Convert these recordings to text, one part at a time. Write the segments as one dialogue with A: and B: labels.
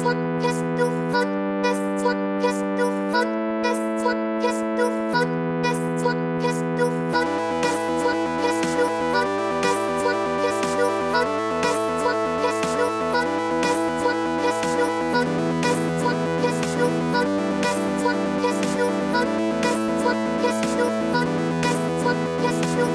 A: Podcast UFO, das Podcast UFO, das Podcast UFO, das Podcast UFO, das Podcast UFO, das Podcast UFO, das Podcast UFO, das Podcast UFO, das Podcast UFO, das Podcast UFO, das Podcast UFO, das Podcast UFO, das Podcast UFO.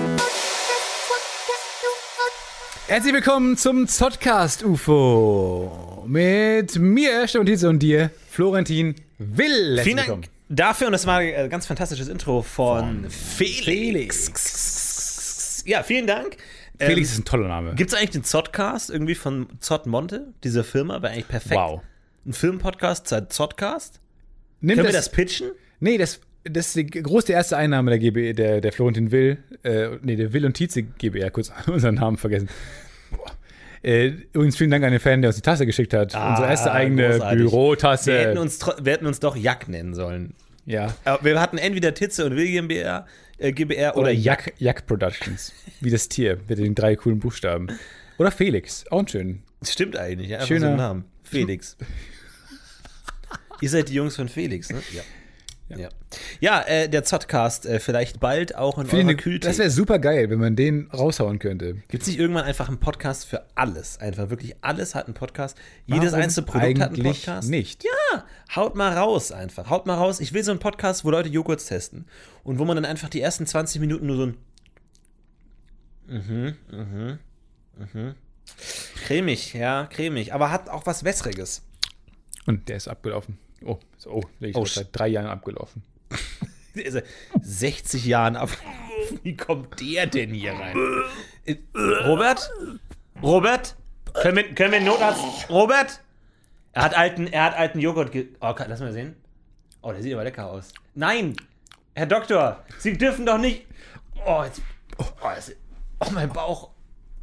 B: Herzlich willkommen zum Podcast UFO mit mir, Stefan Tietze und dir, Florentin Will. Herzlich
C: Vielen Dank Ähm,
B: willkommen.
C: dafür. Und das war ein ganz fantastisches Intro von, Felix. Ja, vielen Dank.
B: Felix
C: Ähm,
B: ist ein toller Name.
C: Gibt es eigentlich den Zodcast irgendwie von Zott Monte? Diese Firma wäre eigentlich perfekt.
B: Wow.
C: Ein Filmpodcast seit Zodcast?
B: Nimm
C: Können wir das pitchen?
B: Nee, das, das ist die groß die erste Einnahme der GB, der, der Florentin Will, äh, nee, der Will und Tietze GBR, kurz unseren Namen vergessen. Boah. Äh, übrigens vielen Dank an den Fan, der uns die Tasse geschickt hat. Unsere erste
C: Ah,
B: eigene
C: großartig.
B: Bürotasse.
C: Wir hätten, uns, tro- wir hätten uns doch Jack nennen sollen.
B: ja.
C: Aber wir hatten entweder Titze und William BR, äh, GBR oder,
B: Oder
C: Jack.
B: Jack, Jack Productions. Wie das Tier mit den drei coolen Buchstaben. Oder Felix. Auch einen schönen.
C: Stimmt eigentlich. ja, Einfach
B: Schöner-
C: so ein Name. Felix. Ihr seid die Jungs von Felix, ne? Ja. Ja, ja. äh, der Zodcast äh, vielleicht bald auch in eurer
B: Finde ich eine- Das
C: Kühltheke.
B: wäre super geil, wenn man den raushauen könnte.
C: Gibt es nicht irgendwann einfach einen Podcast für alles? Einfach wirklich alles hat einen Podcast. Jedes
B: Warum
C: einzelne Produkt hat einen
B: eigentlich
C: Podcast.
B: Nicht.
C: Ja, haut mal raus einfach. Haut mal raus. Ich will so einen Podcast, wo Leute Joghurts testen. Und wo man dann einfach die ersten 20 Minuten nur so ein. Mhm, mhm, mhm. Cremig, ja, cremig. Aber hat auch was Wässriges.
B: Und der ist abgelaufen. Oh, so, oh, der ist
C: Oh,
B: schon seit drei Jahren abgelaufen.
C: Der ist seit 60 Also, Jahren ab. Wie kommt der denn hier rein? Äh, Robert? Robert? Können wir, können wir einen Notarzt. Robert? Er hat alten, er hat alten Joghurt ge. Oh, kann, lass mal sehen. Oh, der sieht aber lecker aus. Nein! Herr Doktor, Sie dürfen doch nicht. Oh, jetzt. Oh, das, oh mein Bauch.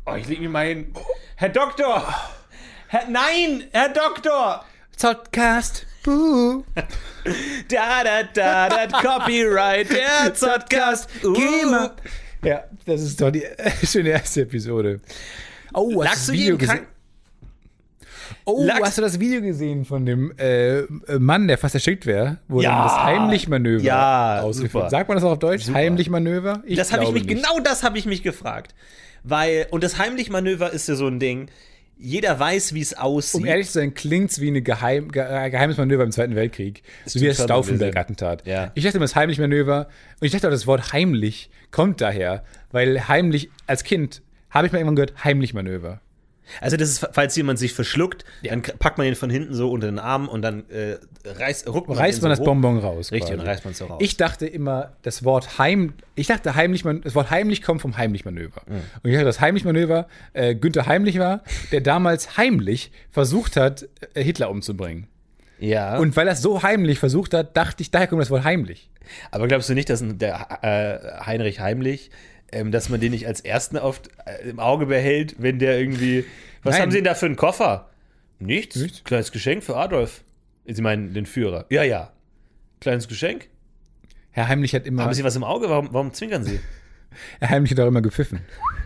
C: Oh, ich leg mich mal hin. Herr Doktor! Herr, nein! Herr Doktor!
B: Podcast. Buh.
C: Da, da, da, da, Copyright, der Zodcast. Uh.
B: Ja, das ist doch die schöne erste Episode. Oh,
C: Lagst du jeden
B: gesehen?
C: krank?
B: Oh,
C: Lachs-
B: hast du das Video gesehen von dem äh, Mann, der fast erstickt wäre, wo
C: Ja.
B: dann das Heimlichmanöver
C: Ja,
B: ausgeführt
C: super.
B: wird? Sagt man das auch auf Deutsch? Heimlichmanöver?
C: Das habe ich
B: glaube
C: mich
B: nicht.
C: genau das habe ich mich gefragt, weil und das Heimlichmanöver ist ja so ein Ding. Jeder weiß, wie es aussieht.
B: Um ehrlich zu sein, klingt es wie ein Geheim, ge äh, geheimes Manöver im Zweiten Weltkrieg. so wie
C: tut schon so ein
B: das
C: bisschen.
B: Stauffenberg-Attentat.
C: Ja.
B: Ich dachte immer, das heimliche Manöver. Und ich dachte auch, das Wort heimlich kommt daher, weil heimlich, als Kind, habe ich mal irgendwann gehört, heimlich Manöver.
C: Also das ist, falls jemand sich verschluckt, dann k- packt man ihn von hinten so unter den Arm und dann äh, reißt, ruckt man
B: Reißt
C: ihn
B: man
C: so
B: das
C: hoch.
B: Bonbon raus.
C: Richtig,
B: quasi.
C: und reißt man so raus.
B: Ich dachte immer, das Wort heim, ich dachte heimlich, man, das Wort heimlich kommt vom Heimlich-Manöver.
C: Mhm.
B: Und ich dachte, das Heimlich-Manöver äh, Günther Heimlich war, der damals heimlich versucht hat, äh, Hitler umzubringen.
C: ja.
B: Und weil er es so heimlich versucht hat, dachte ich, daher kommt das Wort heimlich.
C: Aber glaubst du nicht, dass ein- der äh, Heinrich Heimlich, ähm, dass man den nicht als ersten oft äh, im Auge behält, wenn der irgendwie. Was
B: Nein.
C: haben Sie denn da für einen Koffer? Nichts.
B: Nichts.
C: Kleines Geschenk für Adolf. Sie meinen den Führer. Ja, ja. Kleines Geschenk?
B: Herr Heimlich hat immer,
C: Haben Sie was im Auge? Warum, warum zwinkern Sie?
B: Herr Heimlich hat auch immer gepfiffen.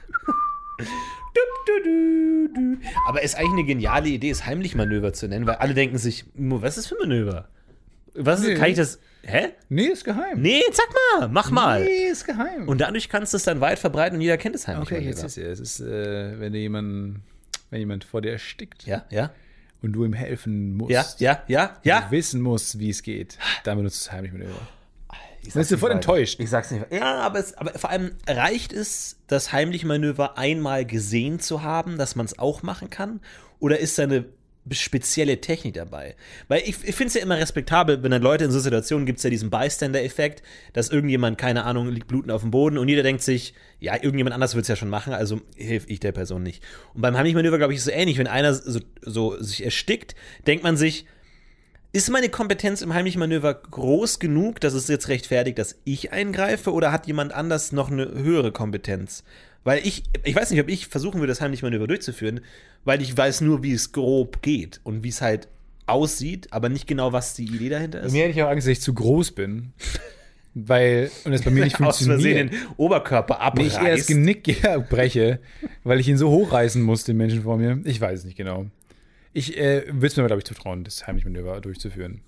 C: Du, du, du. Aber ist eigentlich eine geniale Idee, es Heimlich-Manöver zu nennen, weil alle denken sich, "Mo, was ist das für ein Manöver? Was ist,
B: Nee.
C: kann ich das. Hä?
B: Nee, ist geheim.
C: Nee, sag mal, mach mal.
B: Nee, ist geheim.
C: Und dadurch kannst du es dann weit verbreiten und jeder kennt es heimlich.
B: okay, jetzt ist er. Es ist, äh, wenn du jemanden, wenn jemand vor dir erstickt
C: Ja, ja.
B: und du ihm helfen musst.
C: Ja, ja, ja, ja.
B: Du wissen musst, wie es geht, dann benutzt du das Heimlich-Manöver. Dann bist du
C: nicht
B: voll
C: weiter.
B: enttäuscht.
C: Ich sag's nicht. Ja, aber, es, aber vor allem reicht es, das heimliche Manöver einmal gesehen zu haben, dass man es auch machen kann? Oder ist da eine spezielle Technik dabei? Weil ich, ich finde es ja immer respektabel, wenn dann Leute in so Situationen gibt es ja diesen Bystander-Effekt, dass irgendjemand, keine Ahnung, liegt blutend auf dem Boden und jeder denkt sich, ja, irgendjemand anders wird es ja schon machen, also hilf ich der Person nicht. Und beim heimlichen Manöver, glaube ich, ist es ähnlich. Wenn einer so, so sich erstickt, denkt man sich, ist meine Kompetenz im heimlichen Manöver groß genug, dass es jetzt rechtfertigt, dass ich eingreife, oder hat jemand anders noch eine höhere Kompetenz? Weil ich, ich weiß nicht, ob ich versuchen würde, das heimliche Manöver durchzuführen, weil ich weiß nur, wie es grob geht und wie es halt aussieht, aber nicht genau, was die Idee dahinter
B: Bei
C: ist.
B: mir hätte ich auch Angst, dass ich zu groß bin. Weil, und das bei mir nicht
C: Aus Versehen
B: funktioniert.
C: den Oberkörper
B: Nee, ich
C: abreißt.
B: eher das Genick ja, breche, weil ich ihn so hochreißen muss, den Menschen vor mir. Ich weiß es nicht genau. Ich äh, würde es mir, glaube ich, zutrauen, das Heimlich-Manöver durchzuführen.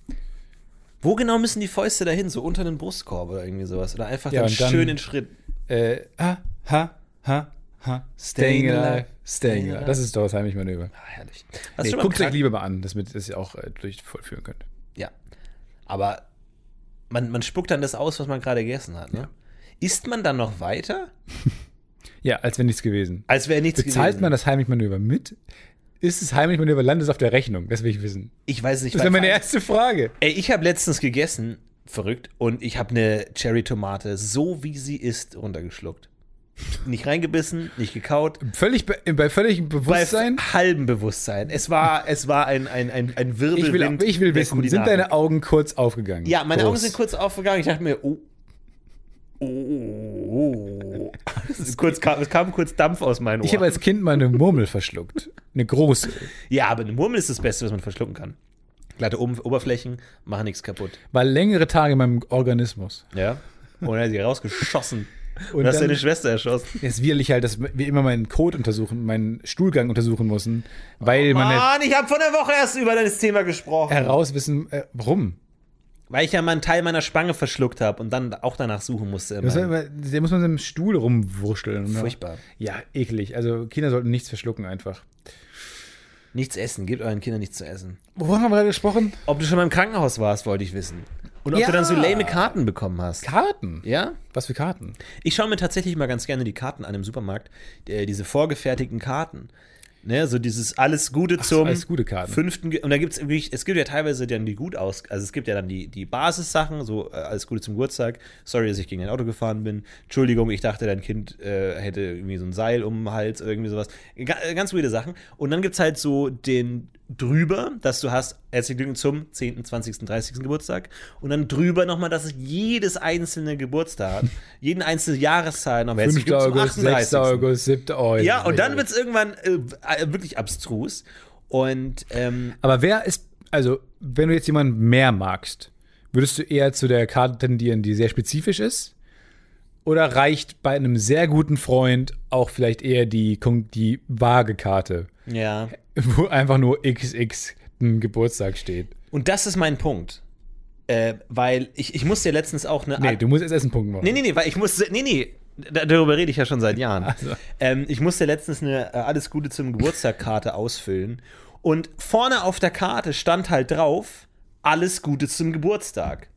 C: Wo genau müssen die Fäuste dahin? So unter den Brustkorb oder irgendwie sowas? Oder einfach
B: Ja,
C: dann
B: und dann-
C: schön in Schritt.
B: Äh, ha, ha, ha, ha. Staying alive, staying alive. Das ist doch das Heimlich-Manöver.
C: Ah, herrlich. Hast
B: Nee,
C: schon mal
B: Guckt
C: einen
B: euch lieber mal an, damit ihr es auch äh, durch vollführen könnt.
C: Ja. Aber man, man spuckt dann das aus, was man gerade gegessen hat. Ne? Isst man dann noch weiter?
B: Ja, als wenn nichts gewesen.
C: Als wäre nichts
B: Bezahlt
C: gewesen.
B: man das Heimlich-Manöver mit? Ist das Heimlich-Manöver landet es auf der Rechnung? Das will ich wissen.
C: Ich weiß nicht.
B: Das
C: weil-
B: wäre meine erste Frage.
C: Ey, ich habe letztens gegessen, verrückt, und ich habe eine Cherry-Tomate, so wie sie ist, runtergeschluckt. Nicht reingebissen, nicht gekaut.
B: Völlig be äh, bei völligem
C: Bei
B: Bewusstsein.
C: halbem Bewusstsein. Es war, es war ein, ein, ein, ein Wirbelwind.
B: Ich will, ich will
C: der
B: wissen, sind
C: Kulinarik.
B: deine Augen kurz aufgegangen?
C: Ja, meine
B: Groß.
C: Augen sind kurz aufgegangen. Ich dachte mir, oh. Oh. Es ist kurz, kam, es kam kurz Dampf aus meinen
B: Ich habe
C: Ohren.
B: als Kind mal eine Murmel verschluckt. Eine große.
C: Ja, aber eine Murmel ist das Beste, was man verschlucken kann. Glatte Oben- Oberflächen machen nichts kaputt.
B: War längere Tage in meinem Organismus.
C: Ja. Und dann hat sie rausgeschossen. Und,
B: Und
C: hast
B: dann-
C: deine Schwester erschossen.
B: Es ist widerlich halt, dass wir immer meinen Code untersuchen, meinen Stuhlgang untersuchen mussten, weil man halt
C: Oh Mann, ich habe vor der Woche erst über das Thema gesprochen.
B: herauswissen, äh, warum.
C: Weil ich ja mal einen Teil meiner Spange verschluckt habe und dann auch danach suchen musste.
B: Da muss man,
C: Immer.
B: immer, da Also, muss man so im Stuhl rumwurschteln. ne?
C: Furchtbar.
B: Ja, eklig. Also Kinder sollten nichts verschlucken einfach.
C: Nichts essen, gebt euren Kindern nichts zu essen.
B: Worüber haben wir gerade gesprochen?
C: Ob du schon mal im Krankenhaus warst, wollte ich wissen. Und ob
B: Ja.
C: du dann so lame Karten bekommen hast.
B: Karten.
C: ja?
B: Was für Karten?
C: Ich schaue mir tatsächlich mal ganz gerne die Karten an im Supermarkt, äh, diese vorgefertigten Karten. Ne, so dieses alles Gute
B: so,
C: zum
B: alles gute Karten.
C: fünften. Ge- Und da gibt es wirklich, es gibt ja teilweise dann die gut aus, also es gibt ja dann die, die Basissachen, so äh, alles Gute zum Geburtstag, sorry, dass ich gegen dein Auto gefahren bin, Entschuldigung, ich dachte, dein Kind äh, hätte irgendwie so ein Seil um den Hals, irgendwie sowas. Ga äh, ganz weirde Sachen. Und dann gibt es halt so den drüber, dass du hast, herzlichen Glückwunsch zum 10., 20., 30. Geburtstag. Und dann drüber nochmal, dass es jedes einzelne Geburtstag, jeden einzelnen Jahreszahl nochmal
B: 5. August, 6. August, 7. August.
C: Ja, und dann wird es irgendwann äh, äh, wirklich abstrus. Und ähm,
B: Aber wer ist, also, wenn du jetzt jemanden mehr magst, würdest du eher zu der Karte tendieren, die sehr spezifisch ist? Oder reicht bei einem sehr guten Freund auch vielleicht eher die, kon- die vage Karte,
C: ja.
B: wo einfach nur XX ein Geburtstag steht?
C: Und das ist mein Punkt. Äh, weil ich, ich musste ja letztens auch eine.
B: Nee, du musst jetzt erst einen Punkt machen.
C: nee, nee, nee, weil ich musste. Nee, nee. Da, darüber rede ich ja schon seit Jahren.
B: Also.
C: Ähm, ich musste letztens eine äh, Alles Gute zum Geburtstag-Karte ausfüllen. Und vorne auf der Karte stand halt drauf: Alles Gute zum Geburtstag.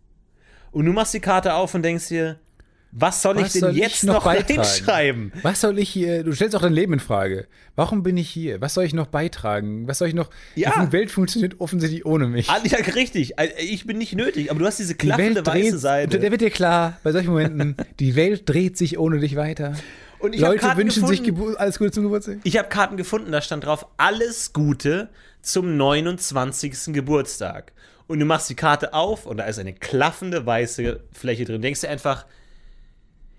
C: Und du machst die Karte auf und denkst dir, was soll ich
B: Was
C: denn
B: soll
C: jetzt
B: ich noch
C: noch
B: beitragen?
C: reinschreiben?
B: Was soll ich hier? Du stellst auch dein Leben in Frage. Warum bin ich hier? Was soll ich noch beitragen? Was soll ich noch?
C: Ja.
B: Die Welt funktioniert offensichtlich ohne mich.
C: Ah, Ja, richtig. Also, Ich bin nicht nötig, aber du hast diese
B: die
C: klaffende weiße
B: Und Da
C: Seite.
B: wird dir klar, bei solchen Momenten, die Welt dreht sich ohne dich weiter.
C: Und ich hab
B: Leute
C: Karten
B: wünschen sich
C: gefunden.
B: Gebu alles Gute zum Geburtstag.
C: Ich habe Karten gefunden, da stand drauf: Alles Gute zum 29. Geburtstag. Und du machst die Karte auf und da ist eine klaffende weiße Fläche drin. Denkst du einfach,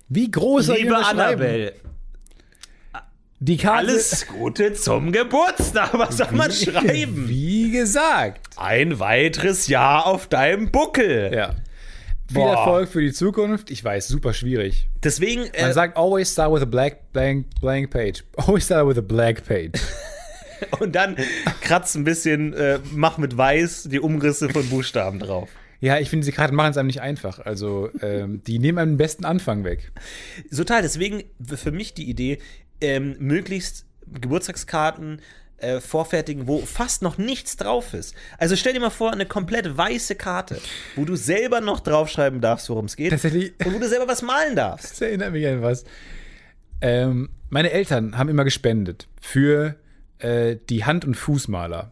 B: Wie groß soll ich
C: liebe
B: unterschreiben? Also-
C: Annabelle,
B: Die Karte.
C: alles Gute zum Geburtstag. Was soll man schreiben?
B: Wie gesagt.
C: Ein weiteres Jahr auf deinem Buckel.
B: Ja. Viel
C: Boah.
B: Erfolg für die Zukunft. Ich weiß, super schwierig.
C: Deswegen,
B: Man
C: äh,
B: sagt always start with a blank, blank, blank page. Always start with a blank page.
C: und dann kratz ein bisschen, äh, mach mit weiß die Umrisse von Buchstaben drauf.
B: ja, ich finde, diese Karten machen es einem nicht einfach. Also, ähm, die nehmen einem den besten Anfang weg.
C: Total, deswegen für mich die Idee, ähm, möglichst Geburtstagskarten äh, vorfertigen, wo fast noch nichts drauf ist. Also stell dir mal vor, eine komplett weiße Karte, wo du selber noch draufschreiben darfst, worum es geht.
B: Tatsächlich.
C: Und wo du selber was malen darfst.
B: Das erinnert mich an was. Ähm, meine Eltern haben immer gespendet für äh, die Hand- und Fußmaler.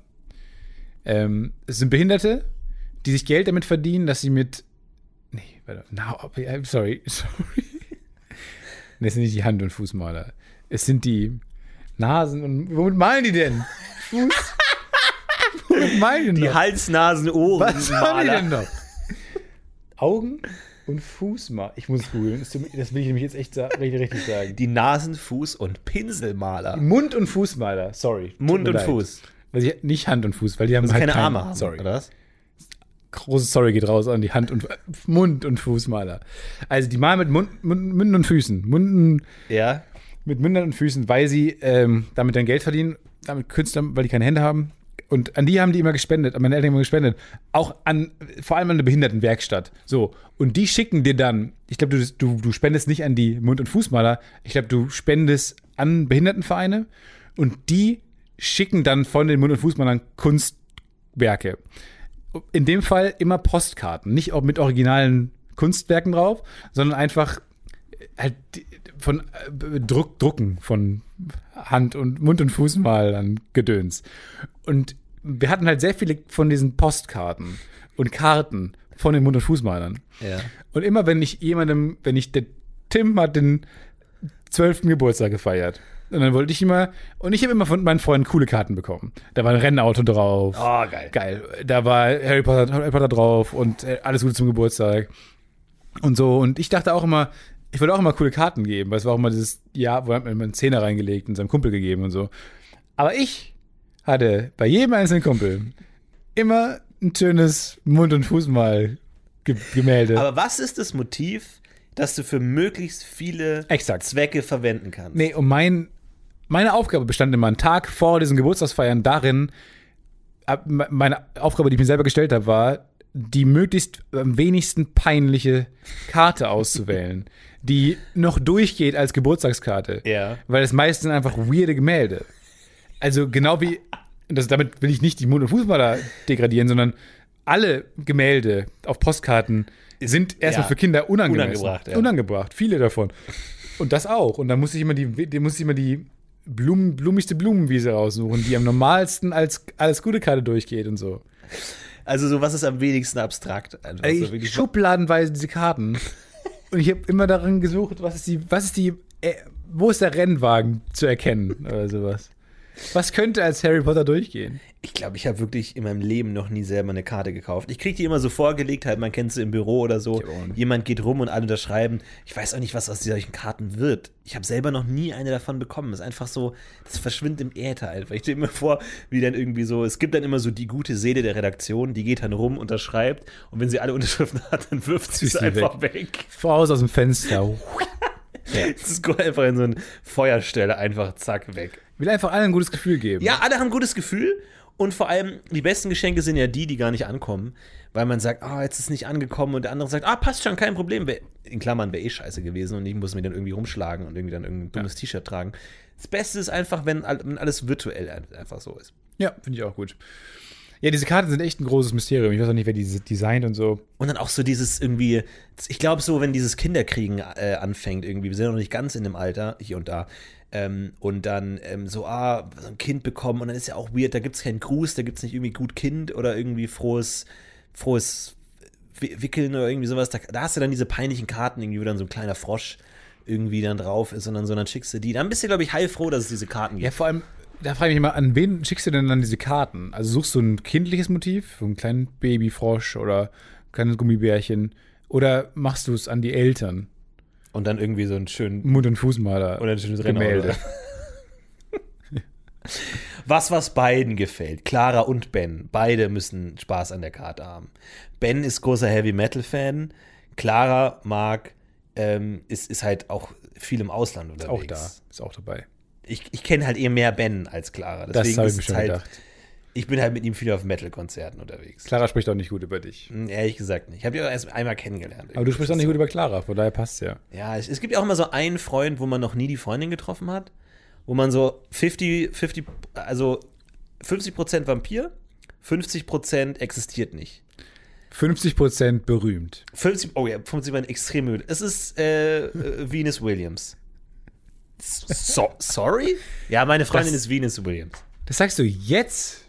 B: Ähm, es sind Behinderte, die sich Geld damit verdienen, dass sie mit. Nee, warte. No, I'm sorry, sorry. Nee, es sind nicht die Hand- und Fußmaler. Es sind die Nasen und. Womit malen die denn? Fuß. Womit malen die denn?
C: Die
B: noch?
C: Hals, Nasen, Ohren.
B: Was haben die
C: Maler.
B: denn noch? Augen und Fußmal. Ich muss googeln. Das tut mir- das will ich nämlich jetzt echt sa- richtig, richtig sagen.
C: Die Nasen, Fuß und Pinselmaler.
B: Mund- und Fußmaler, sorry. Tut
C: Mund
B: mir
C: und
B: leid.
C: Fuß.
B: Weil sie, nicht Hand und Fuß, weil die haben
C: Also
B: halt
C: keine
B: keinen-
C: Arme haben,
B: Sorry.
C: oder was?
B: Großes Sorry geht raus an die Hand und Mund- und Fußmaler. Also die malen mit Mund, Mund, Münden und Füßen. Munden,
C: Ja.
B: mit Mündern und Füßen, weil sie ähm, damit dann Geld verdienen, damit Künstlern, weil die keine Hände haben. Und an die haben die immer gespendet, an meine Eltern immer gespendet. Auch an, vor allem an eine Behindertenwerkstatt. So. Und die schicken dir dann, ich glaube, du, du, du spendest nicht an die Mund- und Fußmaler, ich glaube, du spendest an Behindertenvereine und die schicken dann von den Mund- und Fußmalern Kunstwerke. In dem Fall immer Postkarten, nicht auch mit originalen Kunstwerken drauf, sondern einfach halt die- von äh, Druck, Drucken von Hand und Mund und Fuß mal an Gedöns. Und wir hatten halt sehr viele von diesen Postkarten und Karten von den Mund- und Fußmalern.
C: Ja.
B: Und immer wenn ich jemandem, wenn ich der Tim hat den 12. Geburtstag gefeiert. Und dann wollte ich immer, und ich habe immer von meinen Freunden coole Karten bekommen. Da war ein Rennauto drauf.
C: Oh, geil.
B: Geil. Da war Harry Potter, Harry Potter drauf und äh, alles Gute zum Geburtstag. Und so. Und ich dachte auch immer, ich wollte auch immer coole Karten geben, weil es war auch immer dieses Jahr, wo hat man immer einen Zehner reingelegt und seinem Kumpel gegeben und so. Aber ich hatte bei jedem einzelnen Kumpel immer ein schönes Mund- und Fußmal ge Gemälde.
C: Aber was ist das Motiv, dass du für möglichst viele
B: Exakt.
C: Zwecke verwenden kannst?
B: Nee, und mein, meine Aufgabe bestand immer einen Tag vor diesen Geburtstagsfeiern darin, ab- me- meine Aufgabe, die ich mir selber gestellt habe, war, die möglichst am wenigsten peinliche Karte auszuwählen, die noch durchgeht als Geburtstagskarte.
C: Ja.
B: Weil das meiste sind einfach weirde Gemälde. Also genau wie, und das, damit will ich nicht die Mund- und Fußballer degradieren, sondern alle Gemälde auf Postkarten sind erstmal
C: ja,
B: für Kinder unangemessen.
C: unangebracht, ja.
B: Unangebracht, viele davon. Und das auch. Und dann muss ich immer die, die, muss ich immer die Blumen, blumigste Blumenwiese raussuchen, die am normalsten als alles gute Karte durchgeht und so.
C: Also so, was ist am wenigsten abstrakt? Also,
B: Ey,
C: so wirklich-
B: schubladenweise diese Karten. und ich habe immer darin gesucht, was ist die, was ist die, äh, wo ist der Rennwagen zu erkennen oder sowas. Was könnte als Harry Potter durchgehen?
C: Ich glaube, ich habe wirklich in meinem Leben noch nie selber eine Karte gekauft. Ich kriege die immer so vorgelegt, halt, man kennt sie im Büro oder so.
B: Ich hab auch nicht.
C: Jemand geht rum und alle unterschreiben. Ich weiß auch nicht, was aus solchen Karten wird. Ich habe selber noch nie eine davon bekommen. Ist einfach so, das verschwindet im Äther halt. Weil ich stelle mir vor, wie dann irgendwie so, es gibt dann immer so die gute Seele der Redaktion, die geht dann rum, unterschreibt und wenn sie alle Unterschriften hat, dann wirft sie
B: Ist
C: es
B: sie
C: einfach weg.
B: Voraus aus dem Fenster.
C: Es ist gut, einfach in so eine Feuerstelle, einfach zack, weg.
B: Will einfach allen ein gutes Gefühl geben.
C: Ja, alle haben ein gutes Gefühl. Und vor allem, die besten Geschenke sind ja die, die gar nicht ankommen, weil man sagt, ah, jetzt ist es nicht angekommen und der andere sagt, ah, passt schon, kein Problem. Wär- In Klammern wäre eh scheiße gewesen und ich muss mir dann irgendwie rumschlagen und irgendwie dann irgendein dummes T-Shirt tragen. Das Beste ist einfach, wenn al- wenn alles virtuell ein- einfach so ist.
B: Ja, finde ich auch gut. Ja, diese Karten sind echt ein großes Mysterium. Ich weiß auch nicht, wer die designt und so.
C: Und dann auch so dieses irgendwie, ich glaube so, wenn dieses Kinderkriegen äh, anfängt irgendwie, wir sind ja noch nicht ganz in dem Alter, hier und da, ähm, und dann ähm, so, ah, so ein Kind bekommen und dann ist ja auch weird, da gibt es keinen Gruß, da gibt es nicht irgendwie gut Kind oder irgendwie frohes, frohes Wi- Wickeln oder irgendwie sowas. Da, da hast du dann diese peinlichen Karten irgendwie, wo dann so ein kleiner Frosch irgendwie dann drauf ist und dann so, dann schickst du die. Dann bist du, glaube ich, heilfroh, dass es diese Karten
B: Ja,
C: gibt.
B: vor allem, da frage ich mich mal, an wen schickst du denn dann diese Karten? Also suchst du ein kindliches Motiv, so einen kleinen Babyfrosch oder ein kleines Gummibärchen? Oder machst du es an die Eltern?
C: Und dann irgendwie so einen schönen
B: Mund- und Fußmaler.
C: Oder ein schönes
B: Gemälde.
C: Gemälde. Was, was beiden gefällt, Clara und Ben, beide müssen Spaß an der Karte haben. Ben ist großer Heavy-Metal-Fan, Clara mag, ähm, ist, ist halt auch viel im Ausland
B: Ist
C: unterwegs.
B: auch da, ist auch dabei.
C: Ich, ich kenne halt eher mehr Ben als Clara,
B: Das
C: deswegen
B: habe ich
C: ist
B: mir
C: es
B: schon
C: halt,
B: gedacht.
C: ich bin halt mit ihm viel auf Metal-Konzerten unterwegs.
B: Clara spricht auch nicht gut über dich.
C: Hm, Ehrlich gesagt nicht. Ich habe ihn auch erst einmal kennengelernt.
B: Aber du sprichst auch nicht gut über Clara, von daher passt ja.
C: Ja, es, es gibt ja auch immer so einen Freund, wo man noch nie die Freundin getroffen hat, wo man so 50, 50, also 50% Vampir, 50% existiert nicht.
B: 50% berühmt.
C: 50, oh ja, 50 waren extrem müde. Es ist äh, äh, Venus Williams. So, sorry? Ja, meine Freundin
B: Das-
C: ist Venus Williams.
B: Das sagst du jetzt?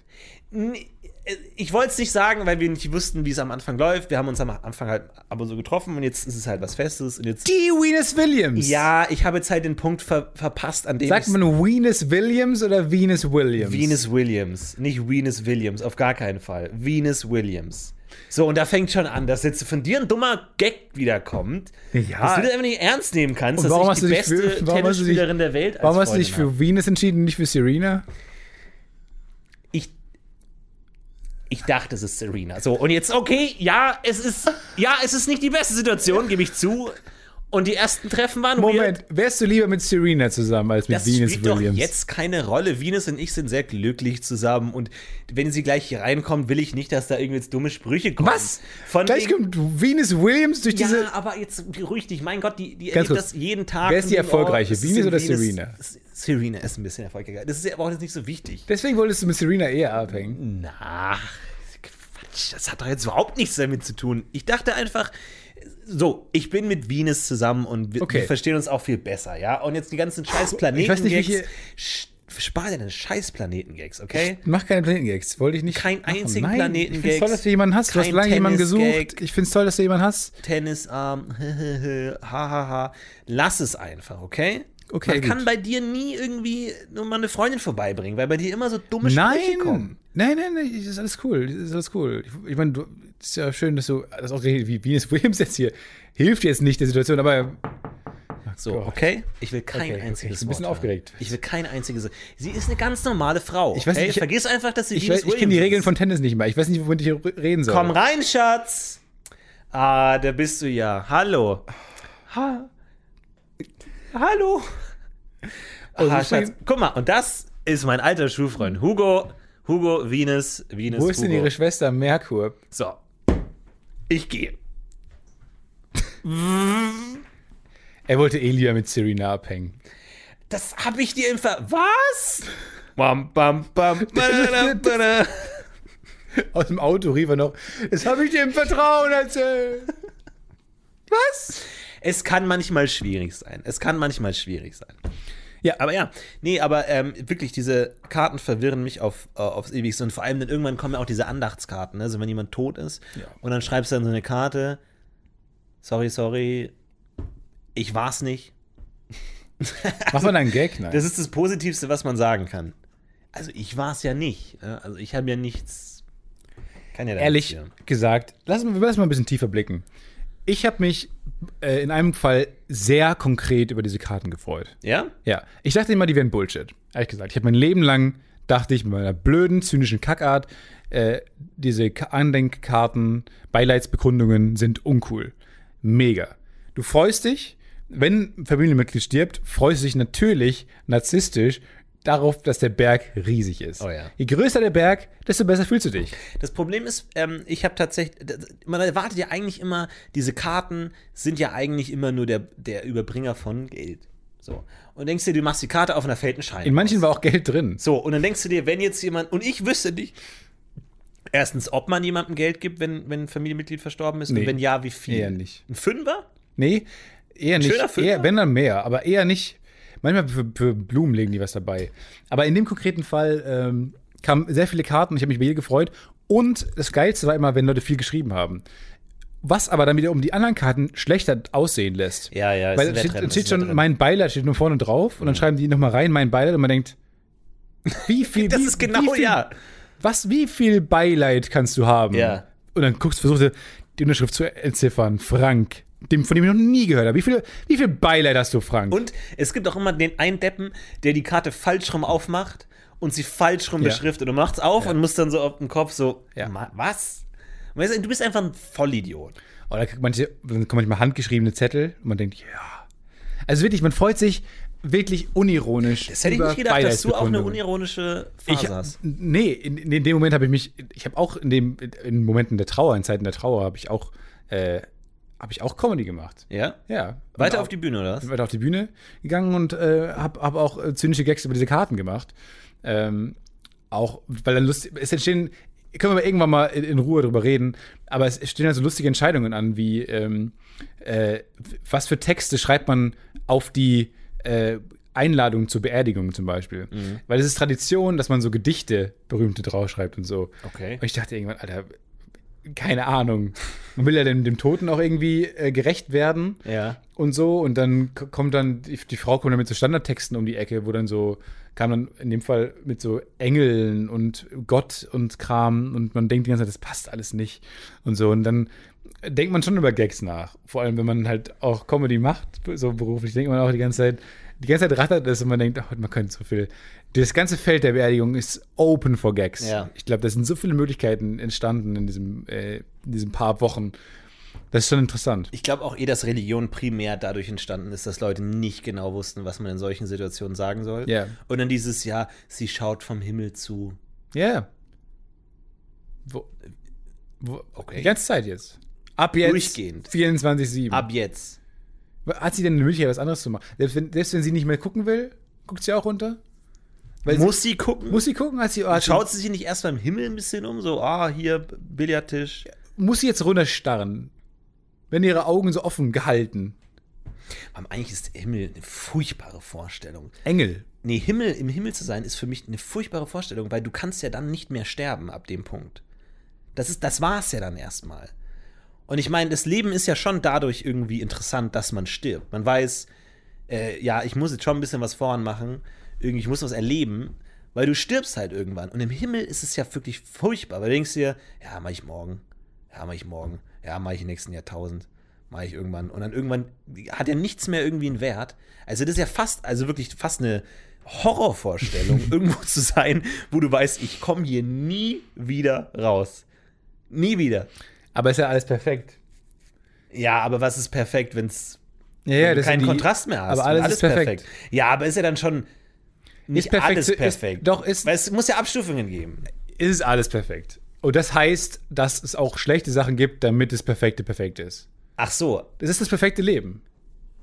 C: Nee, äh, Ich wollte es nicht sagen, weil wir nicht wussten, wie es am Anfang läuft. Wir haben uns am Anfang halt aber so getroffen und jetzt ist es halt was Festes und jetzt.
B: Die Venus Williams.
C: Ja, ich habe jetzt halt den Punkt ver verpasst, an dem
B: Sagt
C: ich's-
B: man Venus Williams oder Venus Williams?
C: Venus Williams, nicht Venus Williams, auf gar keinen Fall. Venus Williams. So, und da fängt schon an, dass jetzt von dir ein dummer Gag wiederkommt,
B: Ja.
C: dass du das einfach nicht ernst nehmen kannst,
B: Und warum
C: dass ich
B: hast du
C: die
B: dich für-
C: beste
B: warum hast du dich-
C: Tennisspielerin der Welt als
B: Warum hast du
C: Freundin
B: dich für
C: habe.
B: Venus entschieden, nicht für Serena?
C: Ich, ich dachte, es ist Serena. So, und jetzt, okay, ja, es ist, ja, es ist nicht die beste Situation, gebe ich zu. Und die ersten Treffen waren
B: Moment,
C: weird.
B: wärst du lieber mit Serena zusammen als mit
C: Das
B: Venus
C: spielt
B: Williams?
C: doch jetzt keine Rolle. Venus und ich sind sehr glücklich zusammen und wenn sie gleich hier reinkommt, will ich nicht, dass da irgendwie jetzt dumme Sprüche kommen.
B: Was?
C: Von
B: Gleich
C: wegen-
B: kommt Venus Williams durch diese.
C: ja, aber jetzt beruhig dich. Mein Gott, die, die erlebt
B: Ganz kurz.
C: das jeden Tag.
B: Wer ist
C: und
B: die
C: denkt,
B: erfolgreiche,
C: es
B: Venus
C: sind
B: oder
C: Venus-
B: Serena?
C: S- Serena ist ein bisschen erfolgreicher. Das ist aber auch jetzt nicht so wichtig.
B: Deswegen wolltest du mit Serena eher abhängen.
C: Hm. Na, Quatsch, das hat doch jetzt überhaupt nichts damit zu tun. Ich dachte einfach, so, ich bin mit Venus zusammen und wir,
B: Okay.
C: wir verstehen uns auch viel besser, ja? Und jetzt die ganzen scheiß Planeten.
B: weiß nicht, wie hier-
C: Spar dir deine scheiß Planetengags, okay?
B: Mach keine Planetengags. Wollte ich nicht.
C: Kein
B: machen.
C: einzigen
B: Nein, Ich
C: Planetengags.
B: finde toll, dass du jemanden hast. Du hast
C: Kein
B: lange jemanden
C: Tennis-Gag.
B: gesucht. Ich finde es toll, dass du jemanden hast.
C: Tennisarm, hahaha. Lass es einfach, okay?
B: Okay,
C: Man
B: gut.
C: kann bei dir nie irgendwie nur mal eine Freundin vorbeibringen, weil bei dir immer so dumme Sprüche
B: Nein.
C: kommen.
B: Nein, nein, nein, das ist alles cool. Das ist alles cool. Ich, ich meine, du- es ist ja schön, dass du, dass auch wie Venus Williams jetzt hier hilft jetzt nicht der Situation, aber
C: So,
B: Gott.
C: okay? Ich will kein
B: Okay, okay,
C: einziges
B: ich bin ein bisschen
C: Wort hören.
B: aufgeregt.
C: Ich will kein einziges. Sie ist eine ganz normale Frau.
B: Ich weiß
C: okay?
B: nicht, ich-
C: Vergiss einfach, dass sie
B: ich,
C: Venus
B: weiß- ich kenne die
C: Williams
B: Regeln
C: ist.
B: von Tennis nicht mehr. Ich weiß nicht, womit ich hier reden soll.
C: Komm rein, Schatz. Ah, da bist du ja. Hallo. Ha. Hallo. ah,
B: übrigens-
C: Schatz. Guck mal, und das ist mein alter Schulfreund Hugo. Hugo, Venus, Venus,
B: Wo ist
C: Hugo.
B: denn ihre Schwester Merkur?
C: So. Ich gehe.
B: Er wollte eh lieber mit Serena abhängen.
C: Das habe ich dir im Ver... Was? Bam, bam, bam. badada, badada.
B: Aus dem Auto rief er noch: Das habe ich dir im Vertrauen erzählt. Was?
C: Es kann manchmal schwierig sein. Es kann manchmal schwierig sein.
B: Ja.
C: aber ja, nee, aber ähm, wirklich, diese Karten verwirren mich auf, äh, aufs Ewigste. Und vor allem dann irgendwann kommen ja auch diese Andachtskarten, ne? also wenn jemand tot ist. Und dann schreibst du dann so eine Karte: Sorry, sorry, ich war's nicht.
B: Mach mal einen Gag, nein.
C: Das ist das Positivste, was man sagen kann. Also, ich war's ja nicht. ne? Also, ich habe ja nichts. Kann ja da
B: Ehrlich
C: nichts für.
B: gesagt, lass, mal- lass mal ein bisschen tiefer blicken. Ich habe mich äh, in einem Fall sehr konkret über diese Karten gefreut.
C: Ja?
B: Ja, ich dachte immer, die wären Bullshit. Ehrlich gesagt, ich habe mein Leben lang dachte ich mit meiner blöden, zynischen Kackart, äh, diese Ka- Andenkkarten, Beileidsbekundungen sind uncool. Mega. Du freust dich, wenn ein Familienmitglied stirbt, freust du dich natürlich narzisstisch darauf, dass der Berg riesig ist.
C: Oh ja.
B: Je größer der Berg, desto besser fühlst du dich.
C: Das Problem ist, ähm, ich habe tatsächlich, d- d- man erwartet ja eigentlich immer, diese Karten sind ja eigentlich immer nur der, der Überbringer von Geld. So. Und denkst dir, du machst die Karte auf und da fällt ein Schein.
B: In manchen war auch Geld drin.
C: so, und dann denkst du dir, wenn jetzt jemand, und ich wüsste nicht, erstens, ob man jemandem Geld gibt, wenn, wenn ein Familienmitglied verstorben ist,
B: Nee.
C: und wenn ja, wie viel?
B: Eher nicht.
C: Ein Fünfer?
B: Nee, eher
C: schöner
B: nicht.
C: Fünfer?
B: Eher, wenn dann mehr, aber eher nicht. Manchmal für, für Blumen legen die was dabei. Aber in dem konkreten Fall ähm, kamen sehr viele Karten. Ich habe mich über jede gefreut. Und das Geilste war immer, wenn Leute viel geschrieben haben. Was aber dann wieder um die anderen Karten schlechter aussehen lässt.
C: Ja, ja, ist
B: Weil
C: ein
B: es steht,
C: Wettrennen,
B: es
C: ist
B: steht
C: ein
B: schon
C: Wettrennen.
B: mein Beileid, steht nur vorne drauf. Und dann schreiben die nochmal rein, mein Beileid. Und man denkt, wie viel.
C: Das
B: wie,
C: ist genau,
B: wie viel,
C: ja.
B: Was, wie viel Beileid kannst du haben?
C: Ja.
B: Und dann guckst, versuchst du, die Unterschrift zu entziffern. Frank, dem, von dem ich noch nie gehört habe. Wie viel, wie viel Beileid hast du, Frank?
C: Und es gibt auch immer den einen Deppen, der die Karte falsch rum aufmacht und sie falsch rum
B: Ja.
C: beschriftet. Du machst auf und musst dann so auf den Kopf so,
B: Ja.
C: "Ma- was? Und weißt du, du bist einfach ein Vollidiot.
B: Oder Oh, kriegt manche, dann kommen manchmal handgeschriebene Zettel und man denkt, ja. Also wirklich, man freut sich wirklich unironisch.
C: Das hätte ich
B: über
C: nicht gedacht, dass du auch eine
B: Beileidsbekundungen.
C: unironische
B: Ich,
C: Phase hast.
B: nee, in, in dem Moment habe ich mich, ich habe auch in, dem, in Momenten der Trauer, in Zeiten der Trauer, habe ich auch, äh, habe ich auch Comedy gemacht.
C: Ja?
B: Ja. Genau.
C: Weiter
B: Und
C: auf die Bühne, oder was?
B: weiter auf die Bühne gegangen und äh, habe hab auch äh, zynische Gags über diese Karten gemacht. Ähm, auch, weil dann lustig, es entstehen, können wir irgendwann mal in, in Ruhe drüber reden, aber es stehen also lustige Entscheidungen an, wie ähm, äh, was für Texte schreibt man auf die äh, Einladung zur Beerdigung zum Beispiel.
C: Mhm.
B: Weil es ist Tradition, dass man so Gedichte berühmte draufschreibt und so.
C: Okay.
B: Und ich dachte irgendwann, Alter, keine Ahnung. Man will ja dem, dem Toten auch irgendwie äh, gerecht werden
C: Ja.
B: und so. Und dann k- kommt dann, die, die Frau kommt dann mit so Standardtexten um die Ecke, wo dann so, kam dann in dem Fall mit so Engeln und Gott und Kram und man denkt die ganze Zeit, das passt alles nicht und so. Und dann denkt man schon über Gags nach. Vor allem, wenn man halt auch Comedy macht, so beruflich, denkt man auch die ganze Zeit, die ganze Zeit rattert es und man denkt, oh, man könnte so viel. Das ganze Feld der Beerdigung ist open for Gags.
C: Ja.
B: Ich glaube, da sind so viele Möglichkeiten entstanden in diesem, äh, in diesen paar Wochen. Das ist schon interessant.
C: Ich glaube auch eh, dass Religion primär dadurch entstanden ist, dass Leute nicht genau wussten, was man in solchen Situationen sagen soll.
B: Ja.
C: Und dann dieses Jahr, sie schaut vom Himmel zu.
B: Ja. Yeah. Wo, wo,
C: Okay.
B: Die ganze Zeit jetzt. Ab jetzt.
C: Durchgehend.
B: 24-7.
C: Ab jetzt.
B: Hat sie denn eine Möglichkeit, was anderes zu machen? Selbst wenn, selbst wenn sie nicht mehr gucken will, guckt sie auch runter? Weil sie-
C: Muss sie gucken?
B: muss sie gucken? Hat sie, hat
C: Also Schaut sie sich nicht erst beim Himmel ein bisschen um? So, ah, hier, Billardtisch.
B: sie, muss sie jetzt runterstarren? Wenn ihre Augen so offen gehalten.
C: Aber eigentlich ist Himmel eine furchtbare Vorstellung.
B: Engel.
C: Nee, Himmel, im Himmel zu sein, ist für mich eine furchtbare Vorstellung, weil du kannst ja dann nicht mehr sterben ab dem Punkt. Das, ist, das war's ja dann erstmal. Und ich meine, das Leben ist ja schon dadurch irgendwie interessant, dass man stirbt. Man weiß, äh, ja, ich muss jetzt schon ein bisschen was voran machen, irgendwie, ich muss was erleben, weil du stirbst halt irgendwann. Und im Himmel ist es ja wirklich furchtbar, weil du denkst dir, ja, mach ich morgen, ja, mach ich morgen, ja, mach ich im nächsten Jahrtausend, mach ich irgendwann. Und dann irgendwann hat ja nichts mehr irgendwie einen Wert. Also das ist ja fast, also wirklich fast eine Horrorvorstellung, irgendwo zu sein, wo du weißt, ich komme hier nie wieder raus. Nie wieder.
B: Aber ist ja alles perfekt.
C: Ja, aber was ist perfekt, wenn's wenn
B: Ja,
C: du
B: sind
C: keinen
B: die-
C: Kontrast mehr hast.
B: Aber
C: und
B: alles, ist perfekt.
C: Ja, aber ist ja dann schon nicht
B: Ist perfekt
C: alles
B: zu- ist-
C: perfekt.
B: doch, ist-
C: Weil es muss ja Abstufungen geben.
B: Ist alles perfekt. Und das heißt, dass es auch schlechte Sachen gibt, damit das Perfekte perfekt ist.
C: Ach so.
B: Das ist das perfekte Leben.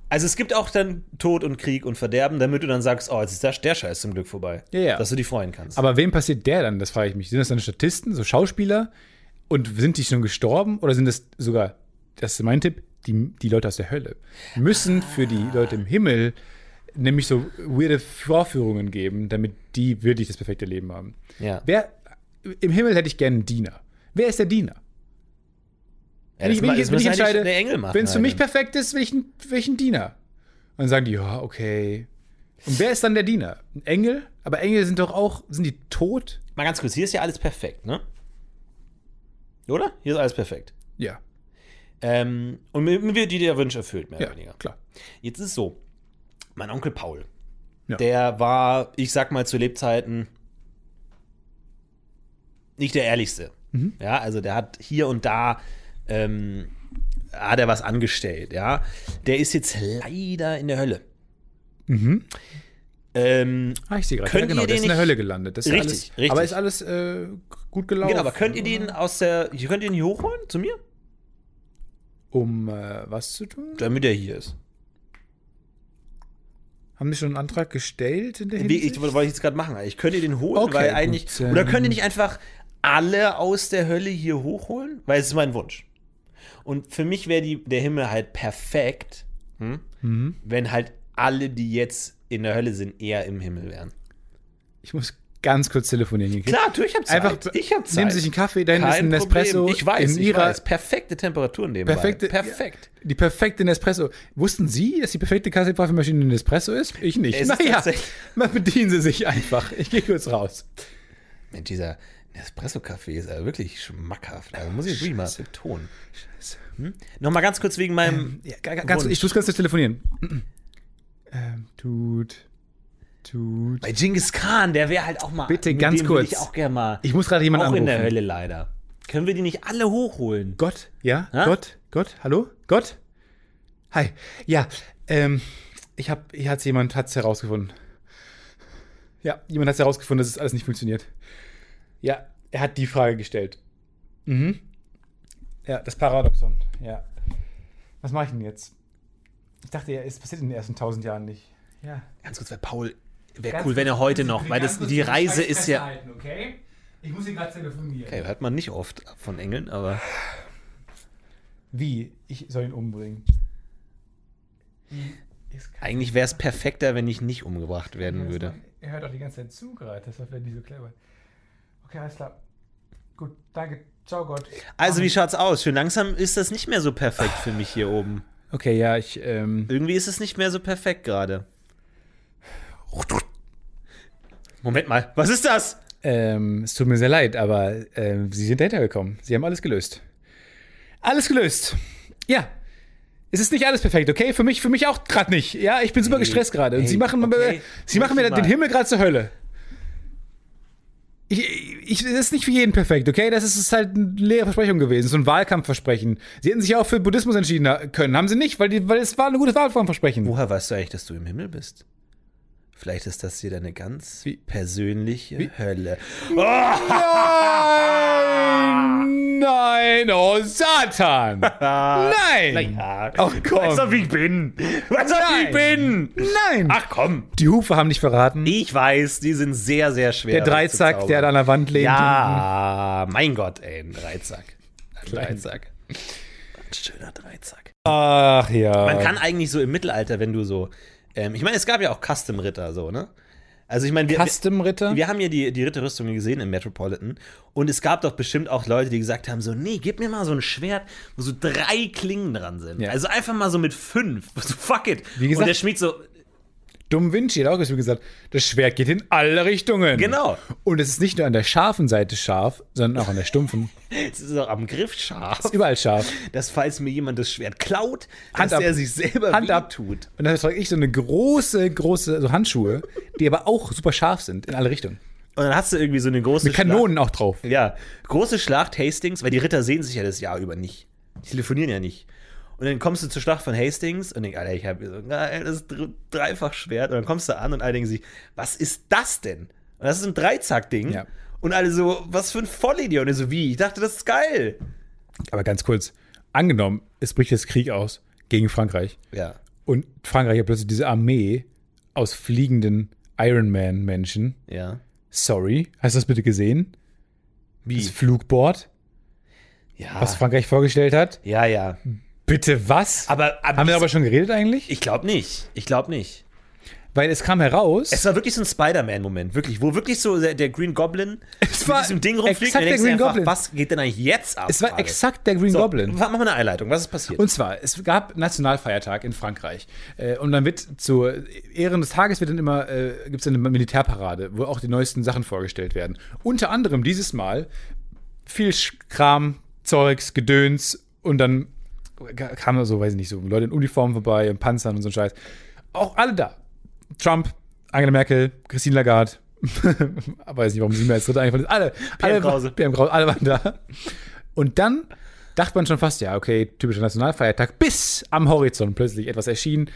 C: Also es gibt auch dann Tod und Krieg und Verderben, damit du dann sagst, oh, jetzt ist der, der Scheiß zum Glück vorbei.
B: Ja, ja.
C: Dass du dich freuen kannst.
B: Aber wem passiert der dann? Das frage ich mich. Sind das dann Statisten, so Schauspieler? Und sind die schon gestorben? Oder sind das sogar, das ist mein Tipp, die, die Leute aus der Hölle? Müssen für die Leute im Himmel nämlich so weirde Vorführungen geben, damit die wirklich das perfekte Leben haben.
C: ja.
B: Wer, im Himmel hätte ich gerne einen Diener. Wer ist der Diener?
C: ja
B: Wenn ich, wenn ich,
C: das
B: jetzt- wenn ich
C: muss eigentlich
B: entscheide,
C: der Engel machen. halt
B: wenn es für mich
C: Alter.
B: perfekt ist, will ich, einen- will ich einen Diener. Und dann sagen die, ja, okay. Und wer ist dann der Diener? Ein Engel? Aber Engel sind doch auch, sind die tot?
C: Mal ganz kurz, hier ist ja alles perfekt, ne? Oder? Hier ist alles perfekt.
B: Ja,
C: Ähm, und mir mir wird dir der Wunsch erfüllt, mehr
B: ja,
C: oder Äh, weniger.
B: klar.
C: Jetzt ist es so: Mein Onkel Paul,
B: Ja.
C: der war, ich sag mal, zu Lebzeiten nicht der Ehrlichste. Ja, also der hat hier und da ähm, hat er was angestellt, ja. Der ist jetzt leider in der Hölle. Ähm,
B: Ah, ich sehe gerade.
C: Könnt
B: Ja, genau,
C: ihr den
B: der ist in der
C: nicht-
B: Hölle gelandet. Das ist
C: Richtig,
B: alles,
C: richtig.
B: Aber ist alles äh, gut gelaufen.
C: genau, aber könnt ihr den aus der. Könnt ihr ihn hier hochholen zu mir?
B: Um äh, was zu tun?
C: Damit er hier ist.
B: Haben die schon einen Antrag gestellt in der
C: Wie, ich,
B: Hinsicht?
C: wollte ich jetzt gerade machen. Ich könnte den holen,
B: Okay,
C: weil
B: gut,
C: eigentlich.
B: ähm.
C: oder könnt ihr nicht einfach alle aus der Hölle hier hochholen? Weil es ist mein Wunsch. Und für mich wäre die- der Himmel halt perfekt, hm?
B: Mhm.
C: wenn halt alle, die jetzt in der Hölle sind, eher im Himmel wären.
B: Ich muss ganz kurz telefonieren. Hier.
C: Klar, du, ich hab Zeit.
B: Einfach
C: ich hab Zeit.
B: nehmen Sie sich einen Kaffee, dahin ist ein Nespresso.
C: Ich weiß,
B: in
C: ich
B: ihrer
C: weiß. Perfekte Temperaturen nebenbei.
B: Perfekte,
C: Perfekt.
B: Die perfekte Nespresso. Wussten Sie, dass die perfekte Kaffeebratenmaschine ein Nespresso ist? Ich nicht.
C: Es ist
B: naja,
C: tatsächlich-
B: mal bedienen Sie sich einfach. Ich gehe kurz raus.
C: Mensch, dieser Nespresso-Kaffee ist ja wirklich schmackhaft. Also muss ich wirklich mal betonen.
B: Scheiße.
C: Hm? Nochmal ganz kurz wegen meinem.
B: Ja, ga- ga- ganz, ich tue es ganz kurz telefonieren. Ähm, tut, tut.
C: Bei Genghis Khan, der wäre halt auch mal.
B: Bitte
C: mit
B: ganz
C: dem würd
B: kurz.
C: Ich auch gerne mal.
B: Ich muss gerade
C: auch
B: jemanden anrufen.
C: in der Hölle leider. Können wir die nicht alle hochholen?
B: Gott, ja?
C: Hä?
B: Gott, Gott, hallo? Gott? Hi. Ja, ähm, ich hab, ich hat's jemand, hat's herausgefunden. Ja, jemand hat's herausgefunden, dass es alles nicht funktioniert. Ja, er hat die Frage gestellt. Mhm. Ja, das Paradoxon, ja. Was mache ich denn jetzt? Ich dachte ja, es passiert in den ersten tausend Jahren nicht. Ja.
C: Ganz kurz, weil Paul. Wäre cool, wenn er heute noch, weil das, die Reise ist ja.
B: Okay? Ich muss hier gerade telefonieren.
C: Okay, hört man nicht oft von Engeln, aber.
B: Wie? Ich soll ihn umbringen.
C: Eigentlich wäre es perfekter, wenn ich nicht umgebracht werden würde.
B: Er hört auch die ganze Zeit zu gerade, deshalb wäre nicht so clever. Okay, alles klar. Gut, danke. Ciao, Gott.
C: Also, wie schaut's aus? Schön langsam ist das nicht mehr so perfekt für mich hier oben.
B: Okay, ja, ich, ähm.
C: Irgendwie ist es nicht mehr so perfekt gerade. Moment mal, was ist das?
B: ähm es tut mir sehr leid, aber ähm, Sie sind dahinter gekommen. Sie haben alles gelöst. Alles gelöst. Ja. Es ist nicht alles perfekt, okay? Für mich, für mich auch gerade nicht. Ja, ich bin super gestresst gerade. Und
C: hey,
B: Sie machen,
C: okay.
B: Sie machen mir
C: Manchmal.
B: den Himmel gerade zur Hölle. Ich, ich, das ist nicht für jeden perfekt, okay? Das ist, ist halt eine leere Versprechung gewesen, so ein Wahlkampfversprechen. Sie hätten sich ja auch für Buddhismus entschieden ha- können, haben sie nicht, weil, die, weil es war ein gutes Wahlkampfversprechen.
C: Woher weißt du eigentlich, dass du im Himmel bist? Vielleicht ist das hier deine ganz
B: Wie?
C: persönliche Hölle.
B: Nein! Nein, oh Satan! Nein!
C: Ja.
B: Ach komm.
C: Weißt du, wie ich bin? Weißt du, wie ich
B: Nein.
C: bin?
B: Nein!
C: Ach komm.
B: die Hufe haben nicht verraten.
C: Ich weiß, die sind sehr, sehr schwer.
B: Der Dreizack, der da an der Wand lehnt.
C: Ja, mein Gott, ey, ein Dreizack. Ein Dreizack. Ein schöner Dreizack.
B: Ach ja.
C: Man kann eigentlich so im Mittelalter, wenn du so. Ähm, ich meine, es gab ja auch Custom-Ritter, so, ne? Also, ich meine, wir,
B: Custom Ritter?
C: wir, wir haben ja die, die Ritterrüstungen gesehen im Metropolitan. Und es gab doch bestimmt auch Leute, die gesagt haben: so, nee, gib mir mal so ein Schwert, wo so drei Klingen dran sind.
B: Ja.
C: Also einfach mal so mit fünf. So, fuck it.
B: Wie gesagt-
C: und der Schmied so,
B: Dumm Vinci hat auch gesagt, das Schwert geht in alle Richtungen.
C: Genau.
B: Und es ist nicht nur an der scharfen Seite scharf, sondern auch an der stumpfen.
C: es ist doch am Griff scharf.
B: Überall scharf.
C: Dass, falls mir jemand das Schwert klaut,
B: Hand
C: dass
B: ab.
C: er sich selber
B: Hand ab.
C: tut.
B: Und dann trage ich so eine große, große so Handschuhe, die aber auch super scharf sind in alle Richtungen.
C: Und dann hast du irgendwie so eine große
B: Mit Kanonen auch drauf.
C: Ja, große Schlacht Hastings, weil die Ritter sehen sich ja das Jahr über nicht. Die telefonieren ja nicht. Und dann kommst du zur Schlacht von Hastings und denkst, Alter, ich habe so ein geiles Dr- Dreifachschwert. Und dann kommst du an und alle denken sich, was ist das denn? Und das ist ein Dreizack-Ding.
B: Ja.
C: Und alle so, was für ein Vollidiot. Und ich so, wie? Ich dachte, das ist geil.
B: Aber ganz kurz, angenommen, es bricht jetzt Krieg aus gegen Frankreich.
C: Ja.
B: Und Frankreich hat plötzlich diese Armee aus fliegenden Iron Man-Menschen.
C: Ja.
B: Sorry, hast du das bitte gesehen? Das
C: Wie? Ah.
B: Flugboard,
C: Ja.
B: was Frankreich vorgestellt hat?
C: ja, ja.
B: Bitte was?
C: Aber, aber,
B: Haben wir aber schon geredet eigentlich?
C: ich glaube nicht. Ich glaube nicht.
B: Weil es kam heraus.
C: Es war wirklich so ein Spider-Man-Moment, wirklich, wo wirklich so der, der Green Goblin
B: Es
C: mit
B: war
C: diesem Ding rumfliegt
B: exakt
C: und denkst
B: der
C: dir
B: Green
C: einfach,
B: Goblin.
C: was geht denn eigentlich jetzt ab?
B: Es war
C: gerade?
B: exakt der Green
C: so,
B: Goblin.
C: Mach mal eine Einleitung, was ist passiert?
B: Und zwar, es gab Nationalfeiertag in Frankreich. Äh, und dann wird zu Ehren des Tages wird dann immer, äh, gibt es eine Militärparade, wo auch die neuesten Sachen vorgestellt werden. Unter anderem dieses Mal viel Sch- Kram, Zeugs, Gedöns und dann ka- kamen so, weiß ich nicht, so Leute in Uniform vorbei, in Panzern und so ein Scheiß. Auch alle da. Trump, Angela Merkel, Christine Lagarde, weiß nicht, warum sie mir als Dritter eingefallen ist. Alle, alle,
C: Krause.
B: PM Krause, alle waren da. Und dann dachte man schon fast, ja, okay, typischer Nationalfeiertag, bis am Horizont plötzlich etwas erschien,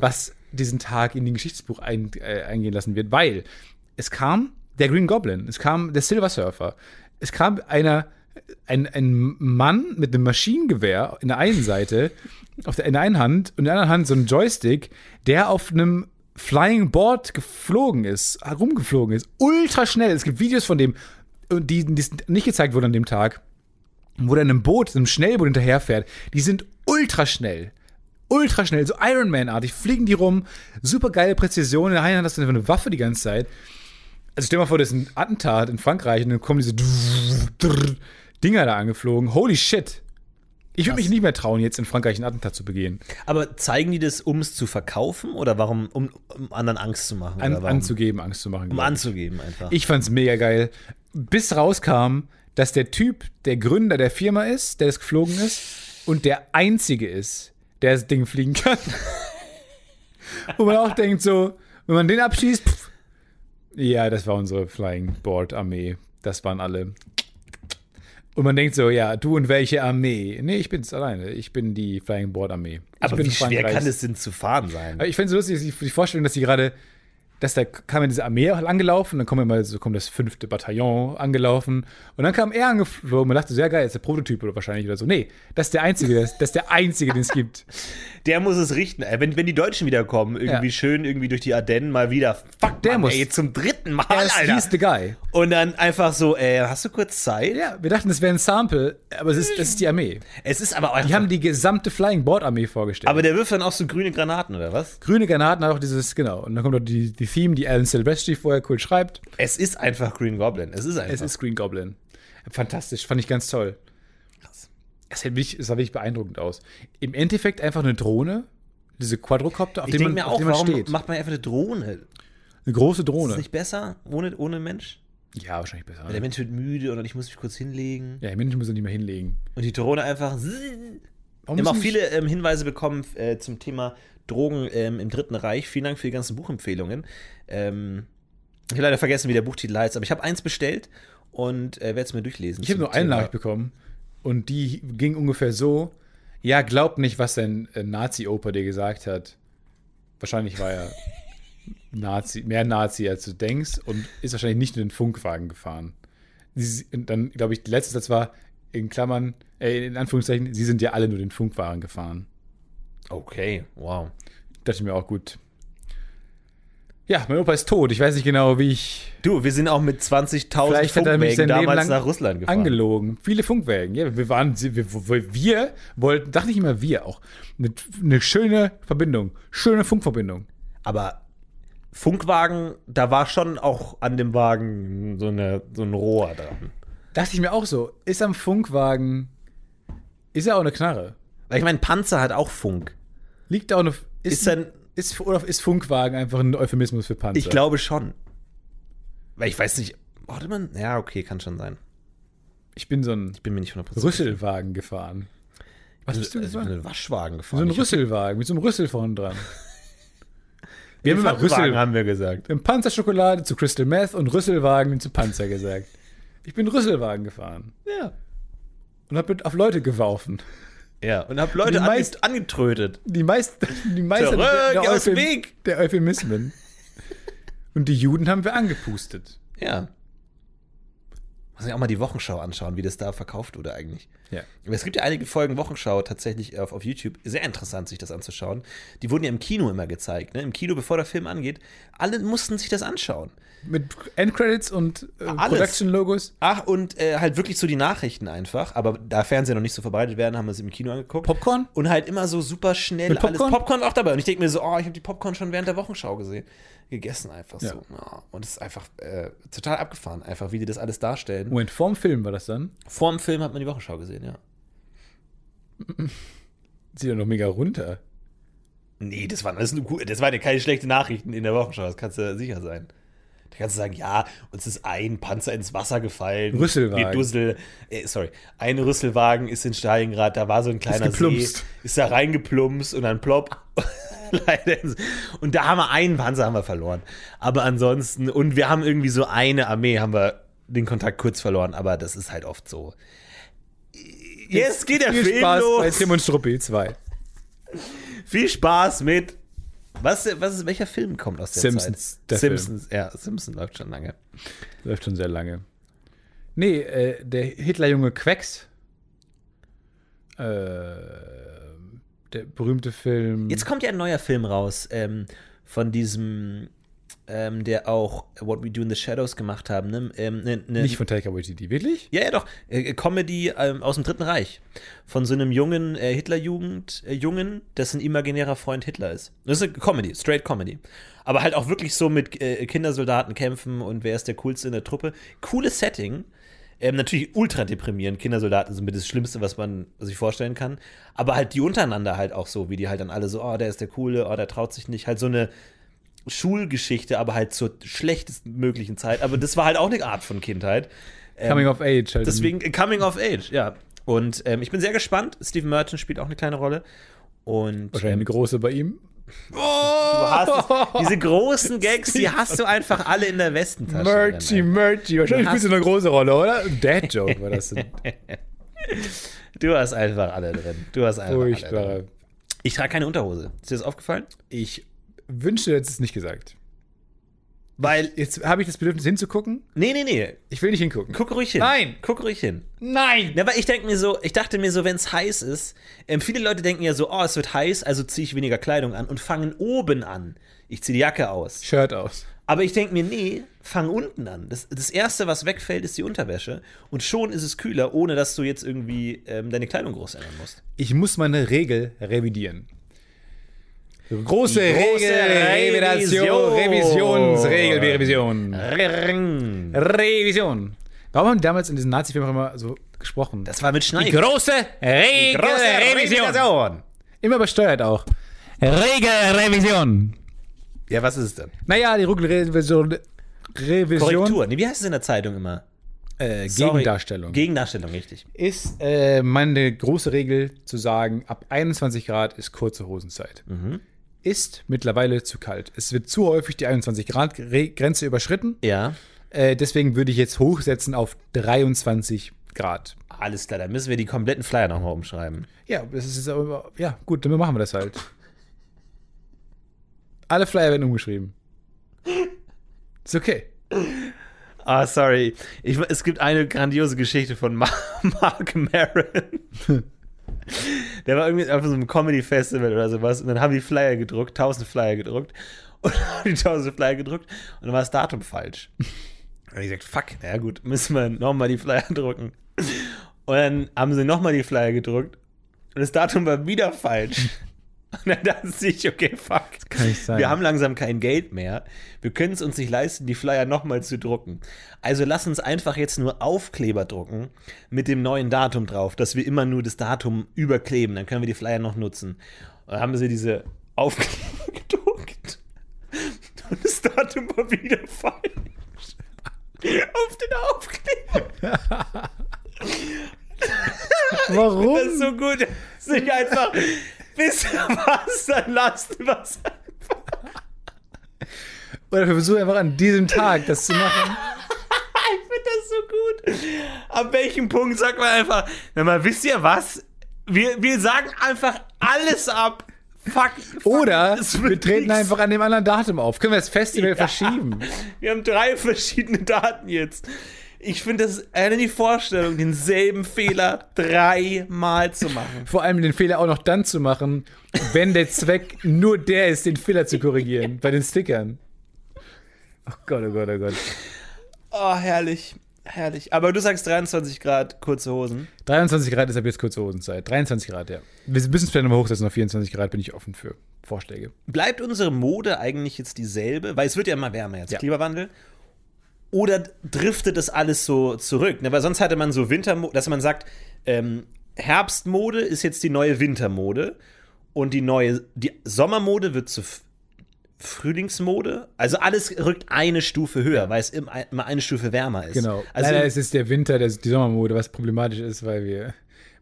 B: was diesen Tag in den Geschichtsbuch ein, äh, eingehen lassen wird, weil es kam der Green Goblin, es kam der Silver Surfer, es kam einer, ein, ein Mann mit einem Maschinengewehr in der einen Seite, auf der, in der einen Hand und in der anderen Hand so ein Joystick, der auf einem Flying Board geflogen ist, herumgeflogen ist, ultra schnell. Es gibt Videos von dem, und die, die nicht gezeigt wurden an dem Tag wo der einem Boot, einem Schnellboot hinterherfährt, die sind ultraschnell. Ultraschnell, so Iron Man-artig, fliegen die rum, super geile Präzision. In der einen Hand hast du eine Waffe die ganze Zeit. Also stell dir mal vor, das ist ein Attentat in Frankreich und dann kommen diese Dinger da angeflogen. Holy shit. Ich würde mich nicht mehr trauen, jetzt in Frankreich ein Attentat zu begehen,
C: Aber zeigen die das, um es zu verkaufen oder warum, um, um anderen Angst zu machen?
B: an,
C: oder warum?
B: anzugeben, Angst zu machen.
C: Um
B: glaub ich.
C: anzugeben einfach.
B: Ich fand's mega geil. Bis rauskam, dass der Typ der Gründer der Firma ist, der das geflogen ist und der einzige ist, der das Ding fliegen kann. Wo man auch denkt so, wenn man den abschießt, pff, ja, das war unsere Flying Board Armee. Das waren alle. Und man denkt so, ja, du und welche Armee? Nee, ich bin's alleine. Ich bin die Flying Board Armee. Ich
C: aber
B: bin
C: wie schwer
B: Frankreichs-
C: kann es denn zu fahren sein?
B: aber ich finde es so lustig, dass ich- die Vorstellung, dass sie gerade, dass da kam ja diese Armee auch angelaufen, dann kommt immer so kommt das fünfte Bataillon angelaufen und dann kam er angeflogen. Man dachte, sehr geil, ist der Prototyp oder wahrscheinlich oder so. Nee, das ist der einzige, das, das ist der einzige, den es gibt.
C: Der muss es richten. Ey, Wenn, wenn die Deutschen wiederkommen, irgendwie
B: Ja.
C: schön irgendwie durch die Ardennen mal wieder. Fuck,
B: der
C: Mann,
B: muss-
C: Ey, zum dritten Mal,
B: Er ist he's
C: Alter.
B: the guy.
C: Und dann einfach so, äh, hast du kurz Zeit?
B: Ja, wir dachten, das wäre ein Sample, aber es ist, das ist die Armee.
C: Es ist aber auch
B: Die haben die gesamte Flying Board Armee vorgestellt.
C: Aber der wirft dann auch so grüne Granaten, oder was?
B: Grüne Granaten hat auch dieses, genau. Und dann kommt auch die, die Theme, die Alan Silvestri vorher cool schreibt.
C: Es ist einfach Green Goblin. Es ist einfach.
B: Es ist Green Goblin. Fantastisch, fand ich ganz toll. Es sah wirklich, es sah wirklich beeindruckend aus. Im Endeffekt einfach eine Drohne, diese Quadrocopter, auf
C: ich
B: dem
C: denke
B: man,
C: mir
B: auf
C: auch,
B: dem man
C: warum
B: steht.
C: macht man einfach eine Drohne?
B: Eine große
C: Ist es
B: Drohne.
C: nicht besser ohne, ohne Mensch?
B: Ja, wahrscheinlich besser.
C: Weil der Mensch wird müde und ich muss mich kurz hinlegen.
B: Ja, im Endeffekt muss er nicht mehr hinlegen.
C: Und die Drohne einfach. Wir
B: Warum
C: haben auch
B: müssen die-
C: viele ähm, Hinweise bekommen äh, zum Thema Drogen ähm, im Dritten Reich. Vielen Dank für die ganzen Buchempfehlungen. Ähm, ich habe leider vergessen, wie der Buchtitel heißt, aber ich habe eins bestellt und äh, werde es mir durchlesen.
B: Ich habe
C: zum
B: nur eine
C: Thema-
B: Nachricht bekommen und die ging ungefähr so: Ja, glaub nicht, was dein äh, Nazi-Opa dir gesagt hat. Wahrscheinlich war er Nazi, mehr Nazi, als du denkst und ist wahrscheinlich nicht in den Funkwagen gefahren. Sie, und dann, glaube ich, der letzte Satz war in Klammern, äh, in Anführungszeichen, sie sind ja alle nur den Funkwagen gefahren.
C: Okay, wow.
B: Dachte ich mir auch gut. Ja, mein Opa ist tot. Ich weiß nicht genau, wie ich
C: Du, wir sind auch mit 20.000
B: Vielleicht hat er
C: Funkwägen
B: mich sein Leben
C: damals
B: lang
C: nach Russland gefahren.
B: Angelogen. Viele Funkwägen. Ja, wir waren, wir, wir- wir wollten, dachte ich immer, wir auch. Eine, eine schöne Verbindung. Schöne Funkverbindung.
C: Aber Funkwagen, da war schon auch an dem Wagen so, eine, so ein Rohr dran.
B: Dachte ich mir auch so. Ist am Funkwagen, ist ja auch eine Knarre.
C: Weil ich meine, Panzer hat auch Funk.
B: Liegt da auch eine,
C: Ist dann-
B: ist, oder ist Funkwagen einfach ein Euphemismus für Panzer?
C: Ich glaube schon. Weil ich weiß nicht, warte man, ja, okay, kann schon sein.
B: Ich bin so ein
C: Ich bin mir nicht 100%
B: Rüsselwagen gefahren. Was bist du
C: Also, ich bin
B: gefahren?
C: einen Waschwagen
B: So
C: gefahren.
B: ein
C: Ich hab-
B: Rüsselwagen mit so einem Rüssel vorne dran. Wir haben immer
C: Elefantenwagen
B: Rüssel,
C: haben wir gesagt.
B: Wir haben Panzerschokolade zu Crystal Meth und Rüsselwagen zu Panzer gesagt. Ich bin Rüsselwagen gefahren
C: Ja.
B: und habe auf Leute geworfen.
C: Ja, und hab Leute
B: Die
C: ange
B: meist-
C: angetrötet.
B: Die meisten, die meisten
C: Zurück aus dem Weg!
B: der Euphemismen. Und die Juden haben wir angepustet.
C: Ja. Muss ich auch mal die Wochenschau anschauen, wie das da verkauft wurde eigentlich.
B: Ja.
C: Aber es gibt ja einige Folgen Wochenschau tatsächlich äh, auf, auf YouTube. Sehr interessant, sich das anzuschauen. Die wurden ja im Kino immer gezeigt. Ne? Im Kino, bevor der Film angeht, alle mussten sich das anschauen.
B: Mit Endcredits und äh,
C: Alles.
B: Production-Logos.
C: Ach, und äh, halt wirklich so die Nachrichten einfach. Aber da Fernseher noch nicht so verbreitet werden, haben wir es im Kino angeguckt.
B: Popcorn?
C: Und halt immer so super schnell
B: Mit Popcorn?
C: alles. Popcorn auch dabei. Und ich denke mir so, oh, ich habe die Popcorn schon während der Wochenschau gesehen. Gegessen einfach
B: Ja.
C: so. Ja. Und es ist einfach äh, total abgefahren, einfach, wie die das alles darstellen.
B: Moment, vorm Film war das dann.
C: Vor dem Film hat man die Wochenschau gesehen, ja.
B: Sieht ja noch mega runter.
C: Nee, das waren, alles nur, gu- das waren ja keine schlechten Nachrichten in der Wochenschau, das kannst du sicher sein. Da kannst du sagen, ja, uns ist ein Panzer ins Wasser gefallen.
B: Rüsselwagen.
C: Wir Dussel, äh, sorry, ein Rüsselwagen ist in Stalingrad, da war so ein kleiner See,
B: geplumpst.
C: ist da reingeplumpst und dann plopp. Leider ins- und da haben wir einen Panzer haben wir verloren. Aber ansonsten, und wir haben irgendwie so eine Armee, haben wir den Kontakt kurz verloren, aber das ist halt oft so. Jetzt geht der
B: Viel
C: Film
B: Spaß bei
C: los.
B: Tim und Struppi 2.
C: Viel Spaß mit Was, was ist, welcher Film kommt aus der
B: Simpsons,
C: Zeit?
B: der
C: Simpsons. Ja, Simpsons läuft schon lange.
B: Läuft schon sehr lange. Nee, äh, der Hitlerjunge Quecks. Äh, der berühmte Film.
C: Jetzt kommt ja ein neuer Film raus ähm, von diesem, ähm, der auch What We Do in the Shadows gemacht haben. Ne? Ähm, ne, ne,
B: nicht von Taika Waititi, wirklich?
C: ja, ja, doch. Äh, Comedy ähm, aus dem Dritten Reich. Von so einem jungen äh, Hitlerjugend, äh, Jungen, dessen imaginärer Freund Hitler ist. Das ist eine Comedy, straight Comedy. Aber halt auch wirklich so mit äh, Kindersoldaten kämpfen und wer ist der Coolste in der Truppe. Cooles Setting. Ähm, natürlich ultra deprimierend. Kindersoldaten sind mit das Schlimmste, was man sich vorstellen kann. Aber halt die untereinander halt auch so, wie die halt dann alle so, oh, der ist der Coole, oh, der traut sich nicht. Halt so eine Schulgeschichte, aber halt zur schlechtesten möglichen Zeit. Aber das war halt auch eine Art von Kindheit. Ähm,
B: Coming of Age. Halt
C: Deswegen äh, Coming of Age, ja. Und ähm, ich bin sehr gespannt. Steven Merchant spielt auch eine kleine Rolle. Und
B: Wahrscheinlich eine große bei ihm. Oh!
C: du hast es- diese großen Gags, die hast du einfach alle in der Westentasche.
B: Merchy, Merchy. Wahrscheinlich
C: Du hast-
B: spielst du eine große Rolle, oder? Ein Dad-Joke war das. denn.
C: äh, Du hast einfach alle drin. Du hast einfach alle drin.
B: Furchtbar.
C: Ich trage keine Unterhose. Ist dir das aufgefallen?
B: Ich wünschte, du hättest es nicht gesagt.
C: Weil.
B: Jetzt habe ich das Bedürfnis hinzugucken.
C: Nee, nee, nee.
B: Ich will nicht hingucken.
C: Guck ruhig hin.
B: Nein.
C: Guck ruhig hin.
B: Nein!
C: Na, aber ich denke mir so, ich dachte mir so, wenn es heiß ist, ähm, viele Leute denken ja so, oh, es wird heiß, also ziehe ich weniger Kleidung an und fangen oben an. Ich ziehe die Jacke aus.
B: Shirt aus.
C: Aber ich denke mir, nee, fang unten an. Das, das Erste, was wegfällt, ist die Unterwäsche. Und schon ist es kühler, ohne dass du jetzt irgendwie ähm, deine Kleidung groß ändern musst.
B: Ich muss meine Regel revidieren. Große, Regel,
C: Revision.
B: Revidation, Revisionsregel, Revision.
C: Rrrrng.
B: Ähm. Revision. Warum haben die damals in diesen Nazi-Filmen auch immer so gesprochen?
C: Das war mit Schneid.
B: große Regel,
C: Revision.
B: Immer besteuert auch. Regel, Revision.
C: Ja, was ist es denn?
B: Naja, die Regelrevision. Revision.
C: Korrektur. Nee, wie heißt es in der Zeitung immer?
B: Äh,
C: Sorry.
B: Gegendarstellung.
C: Gegendarstellung, richtig.
B: ist äh, meine große Regel zu sagen, ab 21 Grad ist kurze Hosenzeit. Ist mittlerweile zu kalt. Es wird zu häufig die 21 Grad Re- Grenze überschritten.
C: Ja.
B: Äh, deswegen würde ich jetzt hochsetzen auf 23 Grad.
C: Alles klar, dann müssen wir die kompletten Flyer nochmal umschreiben.
B: Ja, das ist jetzt aber, ja gut, dann machen wir das halt. Alle Flyer werden umgeschrieben. Ist okay.
C: Ah, sorry. Ich, es gibt eine grandiose Geschichte von Ma Mark Maron. Der war irgendwie auf so einem Comedy-Festival oder sowas und dann haben die Flyer gedruckt, tausend Flyer gedruckt und dann haben die tausend Flyer gedruckt und dann war das Datum falsch. Und dann hab ich gesagt, fuck, na ja, gut, müssen wir nochmal die Flyer drucken. Und dann haben sie nochmal die Flyer gedruckt und das Datum war wieder falsch. Und dann dachte ich, okay, fuck.
B: kann nicht sein.
C: Wir haben langsam kein Geld mehr. Wir können es uns nicht leisten, die Flyer nochmal zu drucken. Also lass uns einfach jetzt nur Aufkleber drucken mit dem neuen Datum drauf, dass wir immer nur das Datum überkleben. Dann können wir die Flyer noch nutzen. Und dann haben sie diese Aufkleber gedruckt. Und das Datum war wieder falsch. Auf den Aufkleber.
B: Warum?
C: Das ist so gut. Sich einfach. Wisst ihr was? Dann lasst was.
B: Oder wir versuchen einfach an diesem Tag das zu machen.
C: Ich finde das so gut. Ab welchem Punkt sagt man einfach, na mal, wisst ihr was? Wir, wir sagen einfach alles ab. Fuck. fuck
B: Oder
C: es
B: wir
C: wird
B: treten
C: nix.
B: einfach an dem anderen Datum auf. Können wir das Festival verschieben?
C: Wir haben drei verschiedene Daten jetzt. Ich finde das eine die Vorstellung, denselben Fehler dreimal zu machen.
B: Vor allem den Fehler auch noch dann zu machen, wenn der Zweck nur der ist, den Fehler zu korrigieren. Bei den Stickern. Oh Gott, oh Gott, oh Gott.
C: Oh, herrlich. Herrlich. Aber du sagst 23 Grad, kurze Hosen.
B: 23 Grad ist ab jetzt kurze Hosenzeit. 23 Grad, ja. Wir müssen es vielleicht nochmal hochsetzen auf 24 Grad, bin ich offen für Vorschläge.
C: Bleibt unsere Mode eigentlich jetzt dieselbe? Weil es wird ja immer wärmer jetzt, Klimawandel. Oder driftet das alles so zurück? Ne? Weil sonst hatte man so Wintermode, dass man sagt, ähm, Herbstmode ist jetzt die neue Wintermode und die neue die Sommermode wird zu F- Frühlingsmode. Also alles rückt eine Stufe höher, weil es immer, immer eine Stufe wärmer ist.
B: Genau.
C: Also
B: Leider ist es der Winter, der, die Sommermode, was problematisch ist, weil wir.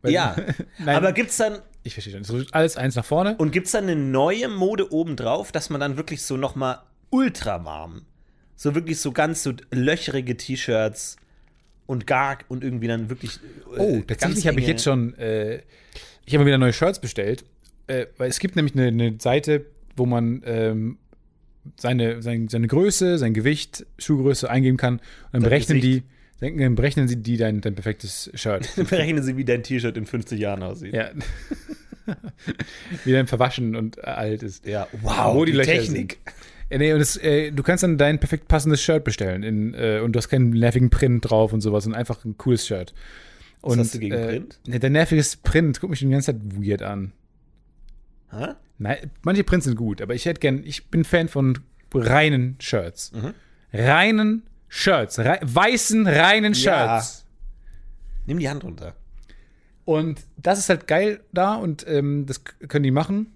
B: Weil
C: ja.
B: Nein,
C: Aber gibt's dann
B: ich verstehe schon. Es rückt alles eins nach vorne.
C: Und gibt es dann eine neue Mode obendrauf, dass man dann wirklich so nochmal ultra warm, so wirklich so ganz so löcherige T-Shirts und gar und irgendwie dann wirklich. äh,
B: Oh,
C: ganz
B: tatsächlich habe ich
C: enge-
B: jetzt schon, äh, ich habe mir wieder neue Shirts bestellt, äh, weil es gibt nämlich eine, eine Seite, wo man ähm, seine, sein, seine Größe, sein Gewicht, Schuhgröße eingeben kann. Und dann berechnen
C: Gesicht.
B: die, dann berechnen sie die dein, dein perfektes Shirt.
C: Berechnen Sie, wie dein T-Shirt in 50 Jahren aussieht.
B: ja. Wie dein verwaschen und alt ist.
C: Ja, wow,
B: Wo die,
C: die
B: Löcher
C: Technik.
B: Sind. Äh, Nee, und das, äh, du kannst dann dein perfekt passendes Shirt bestellen in, äh, und du hast keinen nervigen Print drauf und sowas und einfach ein cooles Shirt. Und,
C: hast du gegen Print?
B: Äh, nee, der nervige Print guckt mich die ganze Zeit weird an.
C: Hä?
B: Nein, manche Prints sind gut, aber ich hätte gern, ich bin Fan von reinen Shirts.
C: Mhm.
B: Reinen Shirts, rei weißen, reinen
C: Ja.
B: Shirts.
C: Nimm die Hand runter.
B: Und das ist halt geil da und ähm, das k- können die machen.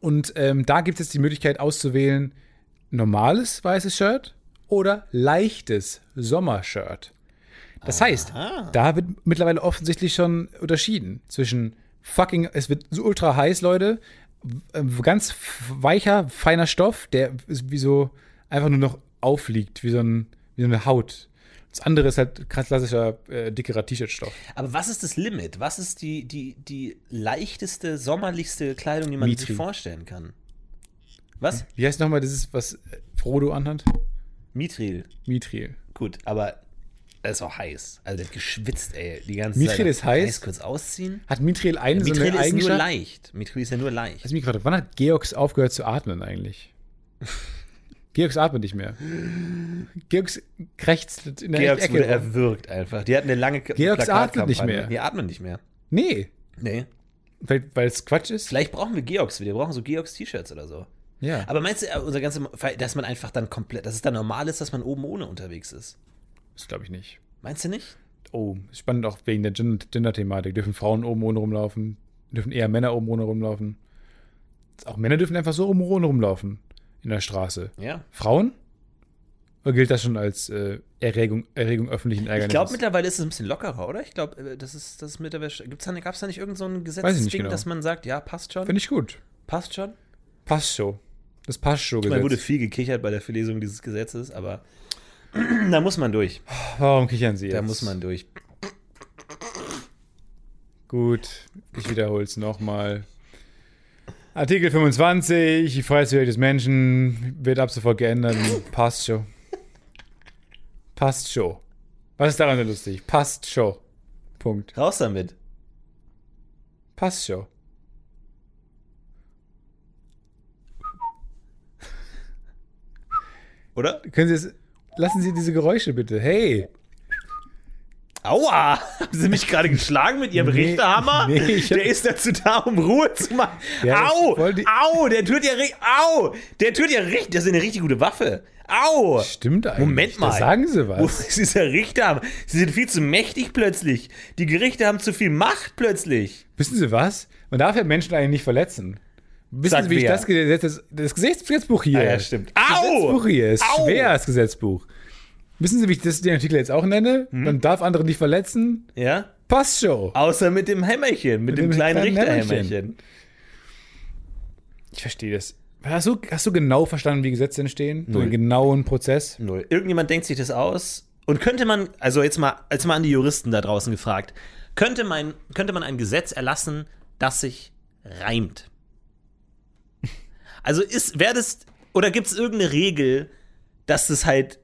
B: Und ähm, da gibt es jetzt die Möglichkeit auszuwählen, normales weißes Shirt oder leichtes Sommershirt. Das heißt, da wird mittlerweile offensichtlich schon unterschieden zwischen fucking, es wird so ultra heiß, Leute, äh, ganz f- weicher, feiner Stoff, der ist wie so einfach nur noch aufliegt, wie so, ein, wie so eine Haut. Das andere ist halt krass klassischer, äh, dickerer T-Shirt-Stoff.
C: Aber was ist das Limit? Was ist die, die, die leichteste, sommerlichste Kleidung, die man
B: Mitri.
C: sich vorstellen kann? Was?
B: Wie heißt nochmal dieses, was äh, Frodo anhat?
C: Mithril.
B: Mithril.
C: Gut, aber das ist auch heiß. Also der hat geschwitzt, ey, die ganze
B: Mithril
C: Zeit.
B: ist heiß?
C: Kann ich's kurz ausziehen?
B: Hat Mithril eine so
C: Mithril
B: eine
C: ist nur
B: Eigenschaft? Also
C: leicht. Mithril ist ja nur leicht.
B: Lass mich gerade, wann hat Georgs aufgehört zu atmen eigentlich? Georgs atmet nicht mehr. Georgs krächzt in der
C: Georgs wurde
B: Ecke. rum.
C: erwürgt einfach. Die hatten eine lange K-
B: Georgs atmet nicht
C: Plakatkampagne.
B: mehr.
C: Die atmen nicht mehr.
B: Nee,
C: Nee.
B: weil weil es Quatsch ist.
C: Vielleicht brauchen wir Georgs wieder. Wir brauchen so Georgs-T-Shirts oder so.
B: Ja.
C: Aber meinst du, äh, unser ganze, dass man einfach dann komplett, dass es dann normal ist, dass man oben ohne unterwegs ist?
B: das glaube ich nicht.
C: Meinst du nicht?
B: Oh, spannend auch wegen der Gen- Gender-Thematik. Dürfen Frauen oben ohne rumlaufen? Dürfen eher Männer oben ohne rumlaufen? Auch Männer dürfen einfach so oben ohne rumlaufen in der Straße.
C: Ja.
B: Frauen? Oder gilt das schon als äh, Erregung, Erregung öffentlichen Ärgernisses?
C: Ich glaube, mittlerweile ist es ein bisschen lockerer, oder? Ich glaube, das ist, das ist mittlerweile. Gibt's da, ne, gab's da nicht irgend so ein Gesetzesding,
B: genau.
C: dass man sagt, ja, passt schon?
B: Finde ich gut.
C: passt schon?
B: Passt schon. Das passt schon.
C: Man wurde
B: Gesetz.
C: viel gekichert bei der Verlesung dieses Gesetzes, aber da muss man durch.
B: Warum kichern Sie jetzt?
C: Da muss man durch.
B: Gut, ich wiederhole es nochmal. Artikel 25, die Freiheitswürde des Menschen wird ab sofort geändert. Passt schon. Passt schon. Was ist daran so lustig? Passt schon. Punkt.
C: Raus damit.
B: Passt schon.
C: Oder?
B: Können Sie es. Lassen Sie diese Geräusche bitte. Hey!
C: Aua! Haben Sie mich gerade geschlagen mit Ihrem
B: Nee,
C: Richterhammer?
B: nee, ich hab-
C: der ist dazu da, um Ruhe zu machen.
B: Ja, das
C: au!
B: ist voll die-
C: Au! Der tut ja richtig. Au! Der tut ja richtig. Das ist eine richtig gute Waffe. Au!
B: Stimmt eigentlich.
C: Moment mal.
B: Da sagen Sie
C: Wo
B: was.
C: ist dieser Richterhammer? Sie sind viel zu mächtig plötzlich. Die Gerichte haben zu viel Macht plötzlich.
B: Wissen Sie was? Man darf ja Menschen eigentlich nicht verletzen. Wissen
C: Sagt
B: Sie, wie ich
C: wer?
B: das, Gesetz, das, das Gesetzbuch hier
C: Ah ja, stimmt.
B: Das
C: Au!
B: Gesetzbuch hier ist
C: Au!
B: schwer, das Gesetzbuch. Wissen Sie, wie ich das, den Artikel jetzt auch nenne?
C: Hm?
B: Man darf andere nicht verletzen.
C: Ja?
B: Passt schon.
C: Außer mit dem Hämmerchen, mit, dem,
B: dem
C: kleinen
B: kleinen
C: Richterhämmerchen.
B: Ich verstehe das. Hast du, hast du genau verstanden, wie Gesetze entstehen? So einen genauen Prozess?
C: Null. Irgendjemand denkt sich das aus. Und könnte man, also jetzt mal, jetzt mal an die Juristen da draußen gefragt, könnte man, könnte man ein Gesetz erlassen, das sich reimt? Also ist, wäre das, oder gibt es irgendeine Regel, dass es halt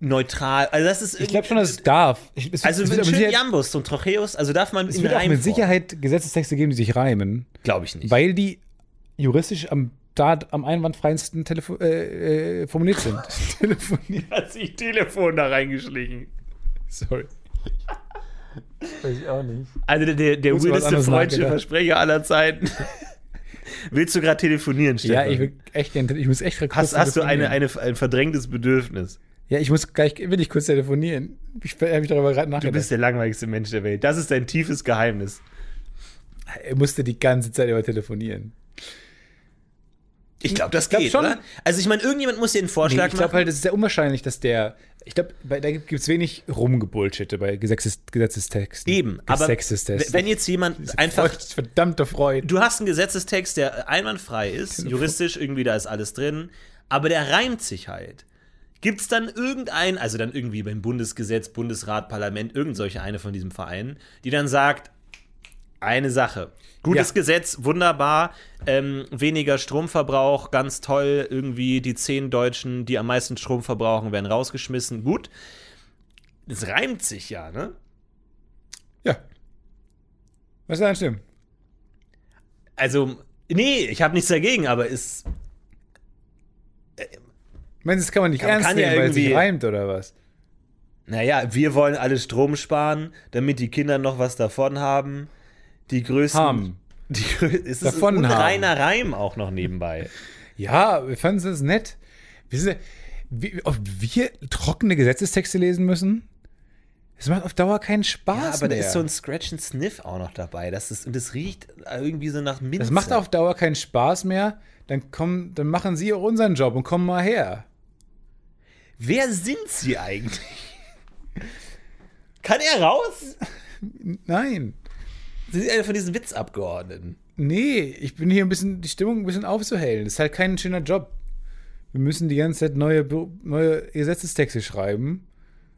C: neutral, also das ist
B: Ich glaube schon, dass es darf. Ich, es,
C: Also
B: es
C: mit
B: wird, mit
C: schönen
B: Sicherheit,
C: Jambus zum Trocheus, also darf man
B: es wird auch mit Sicherheit Gesetzestexte geben, die sich reimen,
C: glaube ich nicht.
B: weil die juristisch am, da, am einwandfreiesten Telefo äh, äh, formuliert sind. Telefoniert.
C: hat sich Telefon da reingeschlichen.
B: Sorry. Weiß ich auch nicht.
C: Also der, der, der
B: Muss was
C: weirdeste
B: anderes
C: freudsche
B: nachgedacht.
C: Versprecher aller Zeiten. Willst du gerade telefonieren,
B: Ja,
C: Stefan?
B: ich will echt gerne, ich muss echt kurz
C: hast, hast du eine,
B: telefonieren.
C: eine, ein verdrängtes Bedürfnis?
B: Ja, ich muss gleich, will ich kurz telefonieren. Ich habe mich darüber gerade
C: Du bist
B: nachgedacht.
C: der langweiligste Mensch der Welt. Das ist dein tiefes Geheimnis.
B: Er musste die ganze Zeit über telefonieren.
C: Ich glaube, das
B: Ich glaub
C: geht,
B: schon.
C: oder? Also ich meine, irgendjemand muss dir einen
B: Nee,
C: Vorschlag
B: ich glaube
C: machen.
B: halt, es ist sehr unwahrscheinlich, dass der, ich glaube, bei- da gibt es wenig rumgebullshitte bei Gesetzes, Gesetzestexten.
C: Eben, aber w-
B: Gesetzestests.
C: wenn jetzt jemand einfach
B: Freud, verdammte Freude.
C: du hast einen Gesetzestext, der einwandfrei ist, juristisch irgendwie, da ist alles drin, aber der reimt sich halt. Gibt es dann irgendein, also dann irgendwie beim Bundesgesetz, Bundesrat, Parlament, irgend solche eine von diesem Verein, die dann sagt, eine Sache. Gutes
B: Ja.
C: Gesetz, wunderbar. Ähm, weniger Stromverbrauch, ganz toll. Irgendwie die zehn Deutschen, die am meisten Strom verbrauchen, werden rausgeschmissen. Gut. Es reimt sich ja, ne?
B: Ja. Was soll denn stimmen?
C: Also, nee, ich habe nichts dagegen, aber es
B: Meinst du, das kann man nicht
C: Man
B: ernst
C: kann ja
B: nehmen, weil es sich
C: irgendwie-
B: reimt oder was?
C: Naja, wir wollen alle Strom sparen, damit die Kinder noch was davon haben. Die größten.
B: Haben.
C: Die, grö- es ist
B: Davon
C: ein
B: haben.
C: reiner Reim auch noch nebenbei.
B: Ja, wir fanden es nett. Wissen Sie, wie oft wir trockene Gesetzestexte lesen müssen? Es macht auf Dauer keinen
C: ja,
B: Spaß
C: aber da
B: mehr.
C: ist so ein Scratch and Sniff auch noch dabei. Das ist, und es riecht irgendwie so nach Minze.
B: das macht auf Dauer keinen Spaß mehr. Dann, kommen, dann machen Sie auch unseren Job und kommen mal her.
C: Wer sind sie eigentlich? Kann er raus?
B: Nein.
C: Sie sind einer von diesen Witzabgeordneten.
B: Nee, ich bin hier ein bisschen, die Stimmung ein bisschen aufzuhellen. Das ist halt kein schöner Job. Wir müssen die ganze Zeit neue, Bü- neue Gesetzestexte schreiben.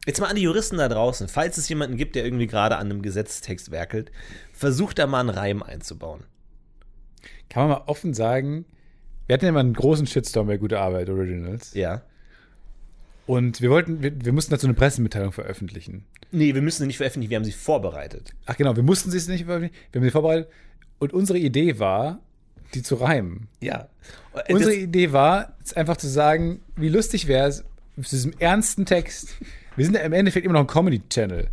C: Jetzt mal an die Juristen da draußen. Falls es jemanden gibt, der irgendwie gerade an einem Gesetzestext werkelt, versucht da mal einen Reim einzubauen.
B: Kann man mal offen sagen, wir hatten ja mal einen großen Shitstorm bei Gute Arbeit Originals.
C: Ja.
B: Und wir wollten, wir, wir mussten dazu eine Pressemitteilung veröffentlichen.
C: Nee, wir müssen sie nicht veröffentlichen, wir haben sie vorbereitet.
B: Ach genau, wir mussten sie es nicht veröffentlichen, wir haben sie vorbereitet. Und unsere Idee war, die zu reimen.
C: Ja.
B: Unsere
C: Äh, das,
B: Idee war, es einfach zu sagen, wie lustig wäre es, zu diesem ernsten Text. Wir sind ja im Endeffekt immer noch ein Comedy-Channel.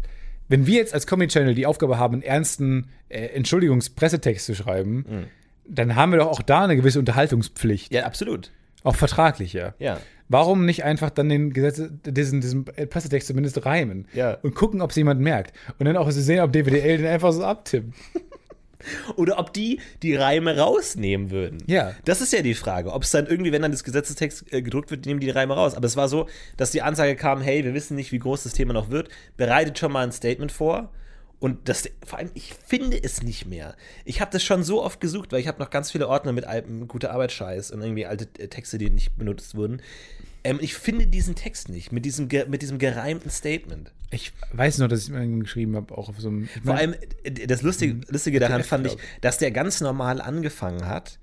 B: Wenn wir jetzt als Comedy-Channel die Aufgabe haben, einen ernsten äh, Entschuldigungspressetext zu schreiben, dann haben wir doch auch da eine gewisse Unterhaltungspflicht,
C: ja, absolut.
B: auch vertraglicher.
C: Ja.
B: Warum nicht einfach dann den Gesetze, diesen, diesen Pressetext zumindest reimen
C: Ja.
B: und gucken, ob es jemand merkt. Und dann auch so sehen, ob DWDL den einfach so abtippt.
C: Oder ob die die Reime rausnehmen würden.
B: Ja.
C: Das ist ja die Frage. Ob es dann irgendwie, wenn dann das Gesetzestext äh, gedruckt wird, nehmen die die Reime raus. Aber es war so, dass die Ansage kam: hey, wir wissen nicht, wie groß das Thema noch wird. Bereitet schon mal ein Statement vor. Und das, vor allem, ich finde es nicht mehr. Ich habe das schon so oft gesucht, weil ich habe noch ganz viele Ordner mit alten gute Arbeitsscheiß und irgendwie alte äh, Texte, die nicht benutzt wurden. Ähm, ich finde diesen Text nicht mit diesem, ge- mit diesem gereimten Statement.
B: Ich weiß noch, dass ich mal geschrieben habe, auch auf so einem.
C: Vor allem, äh, das Lustige,
B: Mhm.
C: Lustige daran
B: TF,
C: fand ich,
B: glaub
C: dass der ganz normal angefangen hat,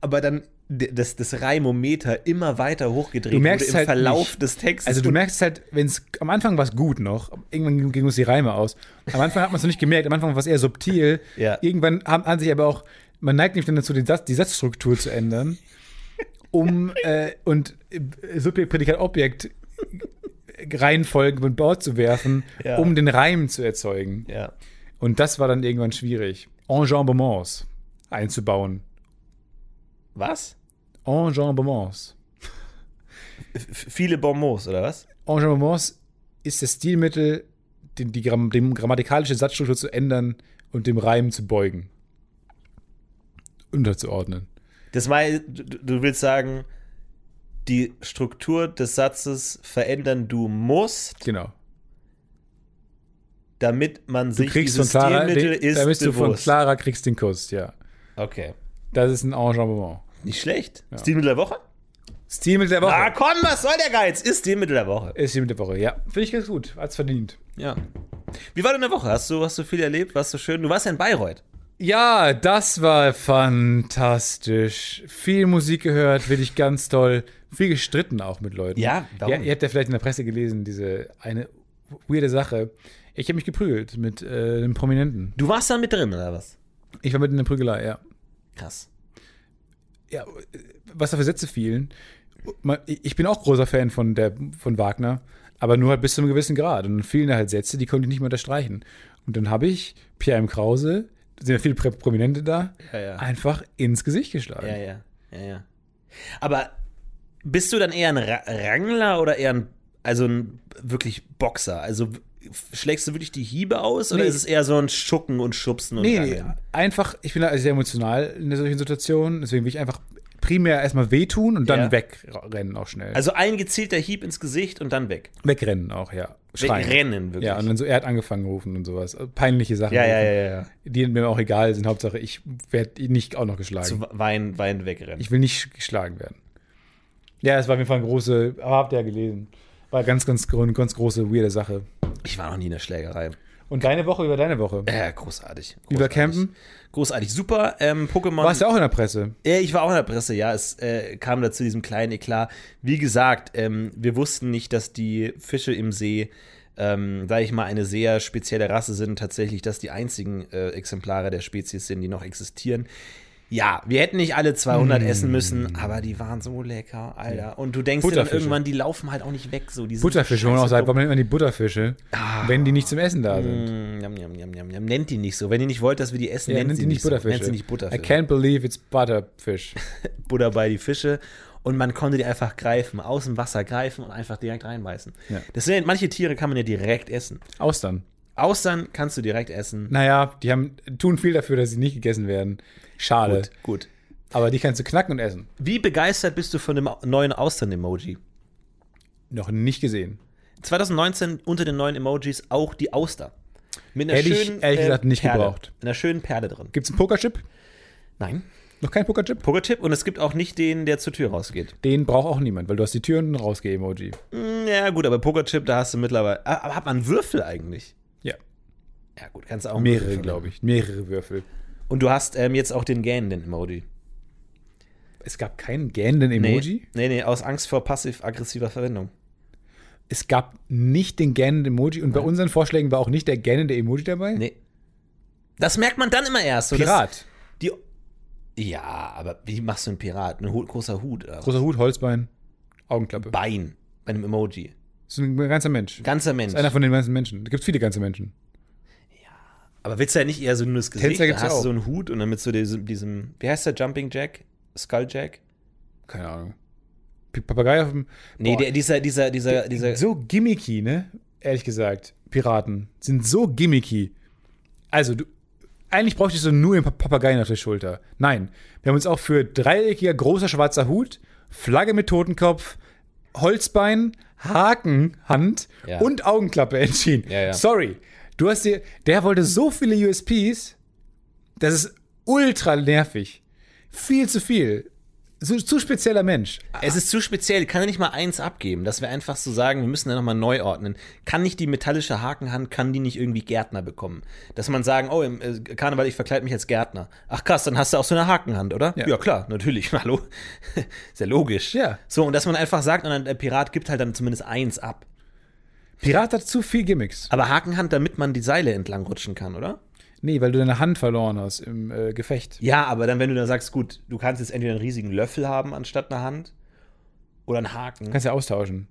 C: aber dann d- das, das Reimometer immer weiter hochgedreht
B: Du merkst
C: wurde im
B: halt
C: Verlauf
B: nicht.
C: des Textes.
B: Also du
C: Und
B: merkst halt, wenn es am Anfang war es gut noch, irgendwann ging uns die Reime aus. Am Anfang hat man es noch nicht gemerkt, am Anfang war es eher subtil.
C: Ja.
B: Irgendwann haben, haben sich aber auch, man neigt nämlich dann dazu, den Satz, die Satzstruktur zu ändern, um äh, und äh, Subjekt, Prädikat, Objekt äh, Reihenfolgen von Bord zu werfen,
C: Ja.
B: um den Reim zu erzeugen.
C: ja.
B: Und das war dann irgendwann schwierig, Enjambements einzubauen.
C: Was?
B: Enjambements.
C: F- Viele Bonbons, oder was?
B: Enjambements ist das Stilmittel, den, die Gram dem grammatikalische Satzstruktur zu ändern und dem Reim zu beugen. Unterzuordnen.
C: Das war, du, du willst sagen, die Struktur des Satzes verändern du musst,
B: Genau.
C: damit man
B: Du
C: sich
B: kriegst von
C: dieses
B: Clara,
C: Stilmittel
B: den,
C: ist
B: damit du von
C: bewusst.
B: Clara kriegst den Kuss, ja.
C: okay.
B: Das ist ein Enjambement.
C: Nicht schlecht. Stilmittel der Woche?
B: Stilmittel der Woche.
C: Ah, komm, was soll der Geiz? Ist Stilmittel der Woche.
B: Ist Stilmittel der Woche, ja. Finde ich ganz gut. Hat's verdient.
C: Ja. Wie war deine Woche? Hast du, hast du viel erlebt? Warst du schön? Du warst ja in Bayreuth.
B: Ja, das war fantastisch. Viel Musik gehört, finde ich ganz toll. Viel gestritten auch mit Leuten.
C: Ja, warum?
B: Ihr, ihr habt ja vielleicht in der Presse gelesen, diese eine weirde Sache. Ich habe mich geprügelt mit äh, einem Prominenten.
C: Du warst da mit drin, oder was?
B: Ich war mit in der Prügelei, ja.
C: Krass.
B: ja, was da für Sätze fielen. Man- Ich bin auch großer Fan von, der, von Wagner, aber nur halt bis zu einem gewissen Grad. Und dann fielen da halt Sätze, die konnte ich nicht mehr unterstreichen. Und dann habe ich Pierre M. Krause, da sind ja viele Prä- Prominente da,
C: Ja, ja.
B: einfach ins Gesicht geschlagen.
C: Ja, ja. Ja, ja. Aber bist du dann eher ein Ra Rangler oder eher ein, also ein wirklich Boxer? Also w- schlägst du wirklich die Hiebe aus oder
B: Nee.
C: ist es eher so ein Schucken und Schubsen und
B: Nee, nee,
C: Rangeln?
B: einfach, ich bin da sehr emotional in solchen Situationen, deswegen will ich einfach primär erstmal wehtun und dann
C: Ja.
B: wegrennen auch schnell.
C: Also ein gezielter Hieb ins Gesicht und dann weg.
B: wegrennen auch, ja. Schreien.
C: Wegrennen, wirklich.
B: Ja, und dann so, er hat angefangen rufen und sowas. Äh, Peinliche Sachen.
C: ja, ja,
B: rufen.
C: ja, ja.
B: die mir auch egal sind. Hauptsache, ich werde nicht auch noch geschlagen.
C: Zu Wein, Wein wegrennen.
B: ich will nicht geschlagen werden. Ja, es war auf jeden Fall eine große, aber habt ihr ja gelesen. War ganz, ganz, gro- ganz große, weirde Sache.
C: ich war noch nie in der Schlägerei.
B: Und deine Woche über deine Woche.
C: Ja, großartig. großartig.
B: Über Campen?
C: Großartig. Super. Ähm, Pokémon.
B: Warst du auch in der Presse?
C: Äh, ich war auch in der Presse, ja. Es äh, kam dazu diesem kleinen Eklat. Wie gesagt, ähm, wir wussten nicht, dass die Fische im See, ähm, da ich mal eine sehr spezielle Rasse sind, tatsächlich dass die einzigen äh, Exemplare der Spezies sind, die noch existieren. Ja, wir hätten nicht alle 200
B: Hm.
C: essen müssen, aber die waren so lecker, Alter. Und du denkst dir dann
B: Butterfische.
C: irgendwann, die laufen halt auch nicht weg, so diese
B: Butterfische holen auch seit, warum nennt man die Butterfische?
C: Ah.
B: Wenn die nicht zum Essen da sind.
C: Yam, yam, yam, yam, yam. Nennt die nicht so. Wenn ihr nicht wollt, dass wir die essen,
B: Ja,
C: nennt,
B: nennt
C: sie
B: die nicht
C: so.
B: Butterfische.
C: Nennt sie nicht Butterfische.
B: I can't believe it's Butterfish.
C: Buddha bei die Fische. Und man konnte die einfach greifen, aus dem Wasser greifen und einfach direkt reinbeißen.
B: Ja.
C: Das sind, manche Tiere kann man ja direkt essen.
B: Austern.
C: Austern kannst du direkt essen.
B: Naja, die haben, tun viel dafür, dass sie nicht gegessen werden. Schade.
C: Gut, gut.
B: Aber die kannst du knacken und essen.
C: Wie begeistert bist du von dem neuen Austern-Emoji?
B: Noch nicht gesehen.
C: 2019 unter den neuen Emojis auch die Auster. Mit äh,
B: Hätte ich ehrlich gesagt nicht
C: Perle.
B: gebraucht.
C: Mit einer schönen Perle drin.
B: Gibt's einen Pokerchip?
C: Nein.
B: Noch kein Pokerchip?
C: Pokerchip und es gibt auch nicht den, der zur Tür rausgeht.
B: Den braucht auch niemand, weil du hast die Tür und ein Rausgeh-Emoji.
C: Ja, gut, aber Pokerchip, da hast du mittlerweile. Ah, Aber hat man Würfel eigentlich?
B: Ja.
C: Ja, gut, kannst du auch
B: Mehrere, glaube ich. Mehrere Würfel.
C: Und du hast ähm, jetzt auch den gähnenden Emoji.
B: Es gab keinen gähnenden
C: Nee.
B: Emoji.
C: Nee, nee, aus Angst vor passiv-aggressiver Verwendung.
B: Es gab nicht den gähnenden Emoji und bei unseren Vorschlägen war auch nicht der gähnende Emoji dabei.
C: Nee. Das merkt man dann immer erst. so,
B: Pirat.
C: dass Die ja, aber wie machst du einen Pirat? Ein Hu- großer Hut. Oder? was?
B: Großer Hut, Holzbein, Augenklappe.
C: Bein bei einem Emoji.
B: Das ist ein ganzer Mensch. Das
C: Ganzer Mensch.
B: ist einer von den ganzen Menschen. Da gibt es viele ganze Menschen.
C: Aber willst du ja nicht eher so nur das Gesicht?
B: Tänzer
C: Dann
B: gibt's
C: hast
B: ja
C: du
B: auch.
C: so einen Hut und dann mit so diesem, diesem wie heißt der, Jumping Jack? Skulljack?
B: Keine Ahnung. P- Papagei auf dem.
C: Nee,
B: Boah,
C: der, dieser, dieser, dieser, dieser.
B: so gimmicky, ne? Ehrlich gesagt. Piraten sind so gimmicky. Also, du, eigentlich bräuchtest du nur den Pa- Papageien auf der Schulter. Nein. Wir haben uns auch für dreieckiger, großer schwarzer Hut, Flagge mit Totenkopf, Holzbein, Haken, Hand
C: Ja.
B: und Augenklappe entschieden.
C: Ja, ja.
B: Sorry. Du hast dir. Der wollte so viele USPs, das ist ultra nervig. Viel zu viel. Zu, zu spezieller Mensch.
C: Es ist zu speziell, kann er nicht mal eins abgeben, dass wir einfach so sagen, wir müssen da nochmal neu ordnen. Kann nicht die metallische Hakenhand, kann die nicht irgendwie Gärtner bekommen? Dass man sagen, oh, im äh, Karneval, ich verkleide mich als Gärtner. Ach krass, dann hast du auch so eine Hakenhand, oder? Ja,
B: Ja.
C: klar, natürlich, hallo. Sehr logisch.
B: Ja.
C: So, und dass man einfach sagt, und dann, der Pirat gibt halt dann zumindest eins ab.
B: Pirat hat zu viel Gimmicks.
C: Aber Hakenhand, damit man die Seile entlang rutschen kann, oder?
B: Nee, weil du deine Hand verloren hast im äh, Gefecht.
C: Ja, aber dann, wenn du dann sagst, gut, du kannst jetzt entweder einen riesigen Löffel haben anstatt einer Hand oder einen Haken.
B: Kannst ja austauschen.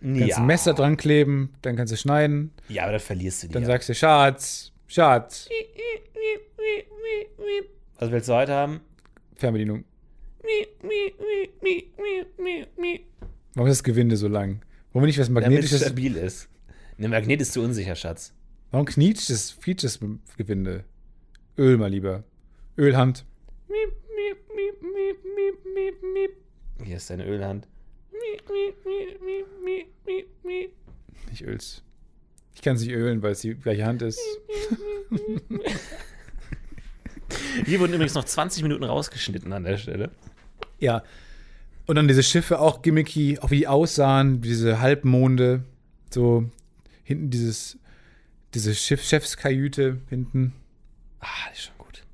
C: ja.
B: Kannst ein Messer dran kleben, dann kannst du schneiden,
C: ja, aber dann verlierst du die.
B: dann
C: ja.
B: sagst du Schatz, Schatz,
C: Was willst du heute haben?
B: Fernbedienung. Warum ist das Gewinde so lang? Warum nicht was
C: Damit es
B: magnetisches?
C: stabil ist. Ne, Magnet ist zu unsicher, Schatz.
B: Warum knietscht das, quietscht das Gewinde? Öl mal lieber. Ölhand.
C: Hier ist deine Ölhand.
B: Ich öl's. Ich kann es nicht ölen, weil es die gleiche Hand ist.
C: Hier wurden übrigens noch 20 Minuten rausgeschnitten an der Stelle.
B: Ja. Und dann diese Schiffe auch gimmicky, auch wie die aussahen, diese Halbmonde, so hinten dieses, diese Schiff Chefskajüte hinten.
C: Ah, das ist schon gut.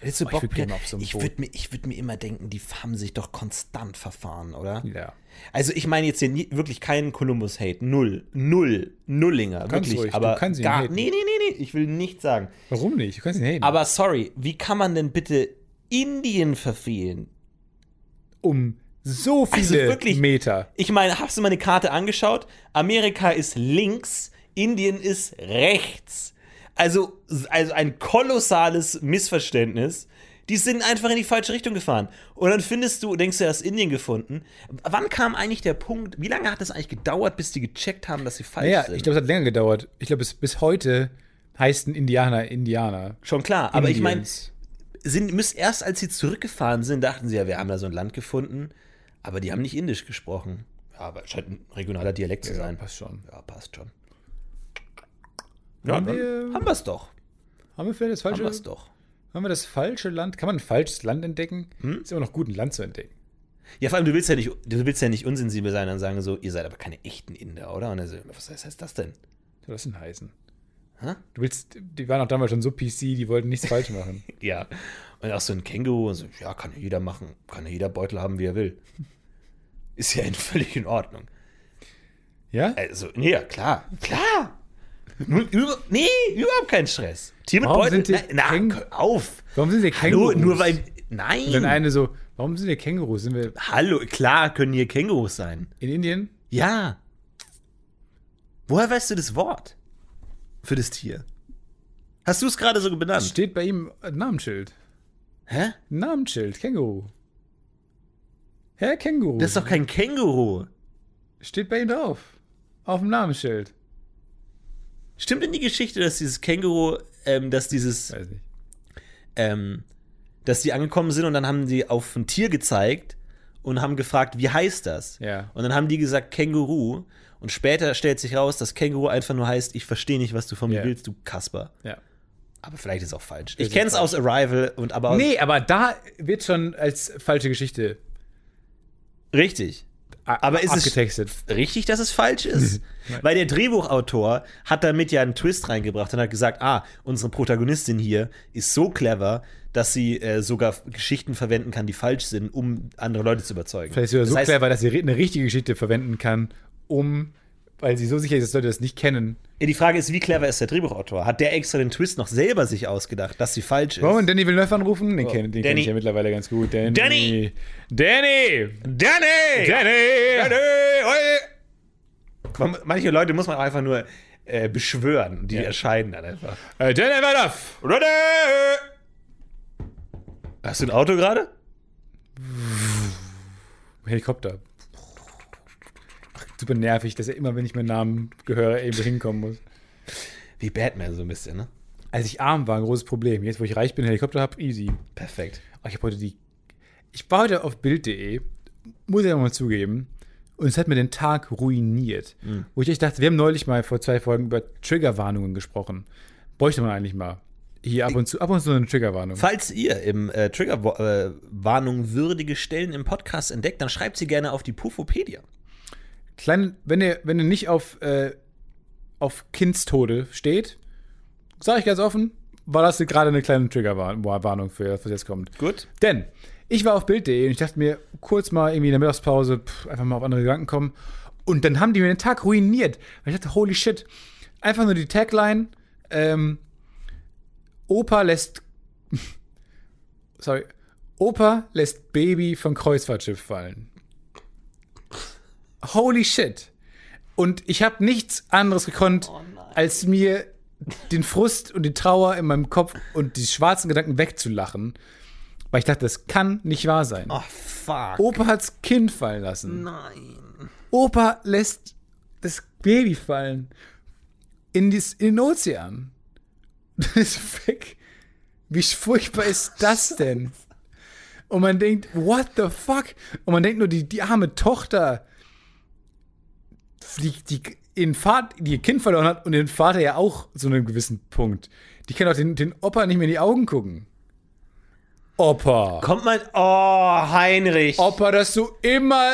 B: Hättest du
C: Bock,
B: ich würd
C: Pierre,
B: gerne auf so einem
C: ich
B: Boot.
C: würde mir, ich würd mir immer denken, die haben sich doch konstant verfahren, oder?
B: Ja.
C: Also ich meine jetzt hier nie, wirklich keinen Kolumbus-Hate. Null. Null. Nullinger.
B: Kannst
C: wirklich.
B: ruhig, du
C: aber
B: kannst ihn
C: gar,
B: haten.
C: nee, nee, nee, nee. Ich will nichts sagen.
B: Warum nicht? Du kannst ihn haten.
C: Aber sorry, wie kann man denn bitte Indien verfehlen?
B: um so viele
C: Also wirklich-
B: Meter.
C: Ich meine, hast du meine Karte angeschaut? Amerika ist links, Indien ist rechts. Also, also ein kolossales Missverständnis. Die sind einfach in die falsche Richtung gefahren. Und dann findest du, denkst du, du hast Indien gefunden. Wann kam eigentlich der Punkt, wie lange hat das eigentlich gedauert, bis die gecheckt haben, dass sie falsch
B: Naja,
C: sind?
B: ich glaube, es hat länger gedauert. Ich glaube, bis, bis heute heißt ein Indianer Indianer.
C: Schon klar, aber ich meine,
B: Indians.
C: sind, müssen erst als sie zurückgefahren sind, dachten sie ja, wir haben da so ein Land gefunden, aber die haben nicht Indisch gesprochen. Ja, aber scheint ein regionaler Dialekt zu sein.
B: passt schon.
C: Ja, passt schon.
B: haben,
C: dann
B: wir,
C: haben wir Also es doch.
B: haben wir vielleicht das
C: Haben
B: falsche
C: wir es doch.
B: Haben wir das falsche Land? Kann man ein falsches Land entdecken?
C: Hm?
B: Ist immer noch gut, ein Land zu entdecken.
C: Ja, vor allem, du willst ja nicht, du willst ja nicht unsensibel sein und sagen so, ihr seid aber keine echten Inder, oder? Und er so, was heißt das denn?
B: Soll das denn heißen? Du willst, die waren auch damals schon so PC, die wollten nichts falsch machen.
C: Ja. Und auch so ein Känguru, und so, ja, kann ja jeder machen. Kann ja jeder Beutel haben, wie er will. Ist ja in- völlig in Ordnung.
B: Ja?
C: Also, nee, ja, klar, klar. Nun, über, nee, überhaupt kein Stress. Tier mit
B: Warum
C: Beutel,
B: sind die
C: na,
B: Käng-
C: na, hör auf.
B: Warum sind wir
C: Hallo,
B: Kängurus?
C: nur weil,
B: Und Dann
C: nein.
B: eine so, warum sind wir Kängurus? Sind wir
C: Hallo, klar können hier Kängurus sein.
B: in Indien?
C: Ja. Woher weißt du das Wort für das Tier? Hast du es gerade so benannt?
B: Steht bei ihm ein Namensschild.
C: Hä?
B: Ein Namensschild, Känguru. Herr Känguru.
C: Das ist doch kein Känguru.
B: steht bei ihm drauf. Auf dem Namensschild.
C: Stimmt denn die Geschichte, dass dieses Känguru, ähm, dass dieses,
B: Weiß nicht.
C: ähm, dass die angekommen sind und dann haben die auf ein Tier gezeigt und haben gefragt, wie heißt das?
B: Ja.
C: Und dann haben die gesagt Känguru und später stellt sich raus, dass Känguru einfach nur heißt, ich verstehe nicht, was du von mir
B: Ja.
C: willst, du Kasper.
B: Ja.
C: Aber vielleicht ist es auch falsch. Ich
B: ist
C: kenn's aus Arrival und aber
B: Nee, aber da wird schon als falsche Geschichte
C: richtig. Aber ist es-
B: abgetextet. Es
C: richtig, dass es falsch ist.
B: Mhm.
C: Weil der Drehbuchautor hat damit ja einen Twist reingebracht und hat gesagt, ah, unsere Protagonistin hier ist so clever, dass sie äh, sogar f- Geschichten verwenden kann, die falsch sind, um andere Leute zu überzeugen.
B: Vielleicht ist sogar
C: Das
B: so
C: heißt,
B: clever, dass sie eine richtige Geschichte verwenden kann, um, weil sie so sicher ist, dass Leute das nicht kennen.
C: Die Frage ist, wie clever ist der Drehbuchautor? Hat der extra den Twist noch selber sich ausgedacht, dass sie falsch ist?
B: Wollen wir einen Danny Villeneuve anrufen? Den kenne den kenn
C: Oh, Danny.
B: ich ja mittlerweile ganz gut. Danny!
C: Danny.
B: Danny!
C: Danny!
B: Danny!
C: Man, manche Leute muss man einfach nur äh, beschwören und die erscheinen dann einfach.
B: Äh, Danny Villeneuve!
C: Danny! Hast du ein Auto gerade?
B: Helikopter. Super nervig, dass er immer, wenn ich meinen Namen gehöre, irgendwo hinkommen muss.
C: Wie Batman so ein bisschen, ne?
B: Als ich arm war, ein großes Problem. Jetzt, wo ich reich bin, Helikopter habe, easy.
C: Perfekt.
B: Oh, ich habe heute die. Ich war heute auf Bild.de, muss ich ja mal zugeben. Und es hat mir den Tag ruiniert. Wo ich echt dachte, wir haben neulich mal vor zwei Folgen über Triggerwarnungen gesprochen. Bräuchte man eigentlich mal. Hier ab und zu, ab und zu eine Triggerwarnung.
C: Falls ihr im äh, Triggerwarnung würdige Stellen im Podcast entdeckt, dann schreibt sie gerne auf die Pufopedia.
B: Kleine, wenn ihr, wenn ihr nicht auf, äh, auf Kindstode steht, sage ich ganz offen, war das gerade eine kleine Triggerwarnung für was jetzt kommt.
C: Gut.
B: Denn ich war auf Bild.de und ich dachte mir, kurz mal irgendwie in der Mittagspause pff, einfach mal auf andere Gedanken kommen. Und dann haben die mir den Tag ruiniert. Weil ich dachte, holy shit. Einfach nur die Tagline: ähm, Opa lässt. sorry. Opa lässt Baby vom Kreuzfahrtschiff fallen. Holy shit. Und ich habe nichts anderes gekonnt, als mir den Frust und die Trauer in meinem Kopf und die schwarzen Gedanken wegzulachen. Weil ich dachte, das kann nicht wahr sein.
C: Oh, fuck.
B: Opa hat's Kind fallen lassen.
C: nein.
B: Opa lässt das Baby fallen. In, dies, in den Ozean. Das ist weg. Wie furchtbar ist das denn? Und man denkt, what the fuck? Und man denkt nur, die, die arme Tochter, die, die, ihren Vater, die ihr Kind verloren hat und ihren Vater ja auch zu einem gewissen Punkt. Die kann doch den, den Opa nicht mehr in die Augen gucken. Opa.
C: Kommt mal. Oh, Heinrich.
B: Ob er das so immer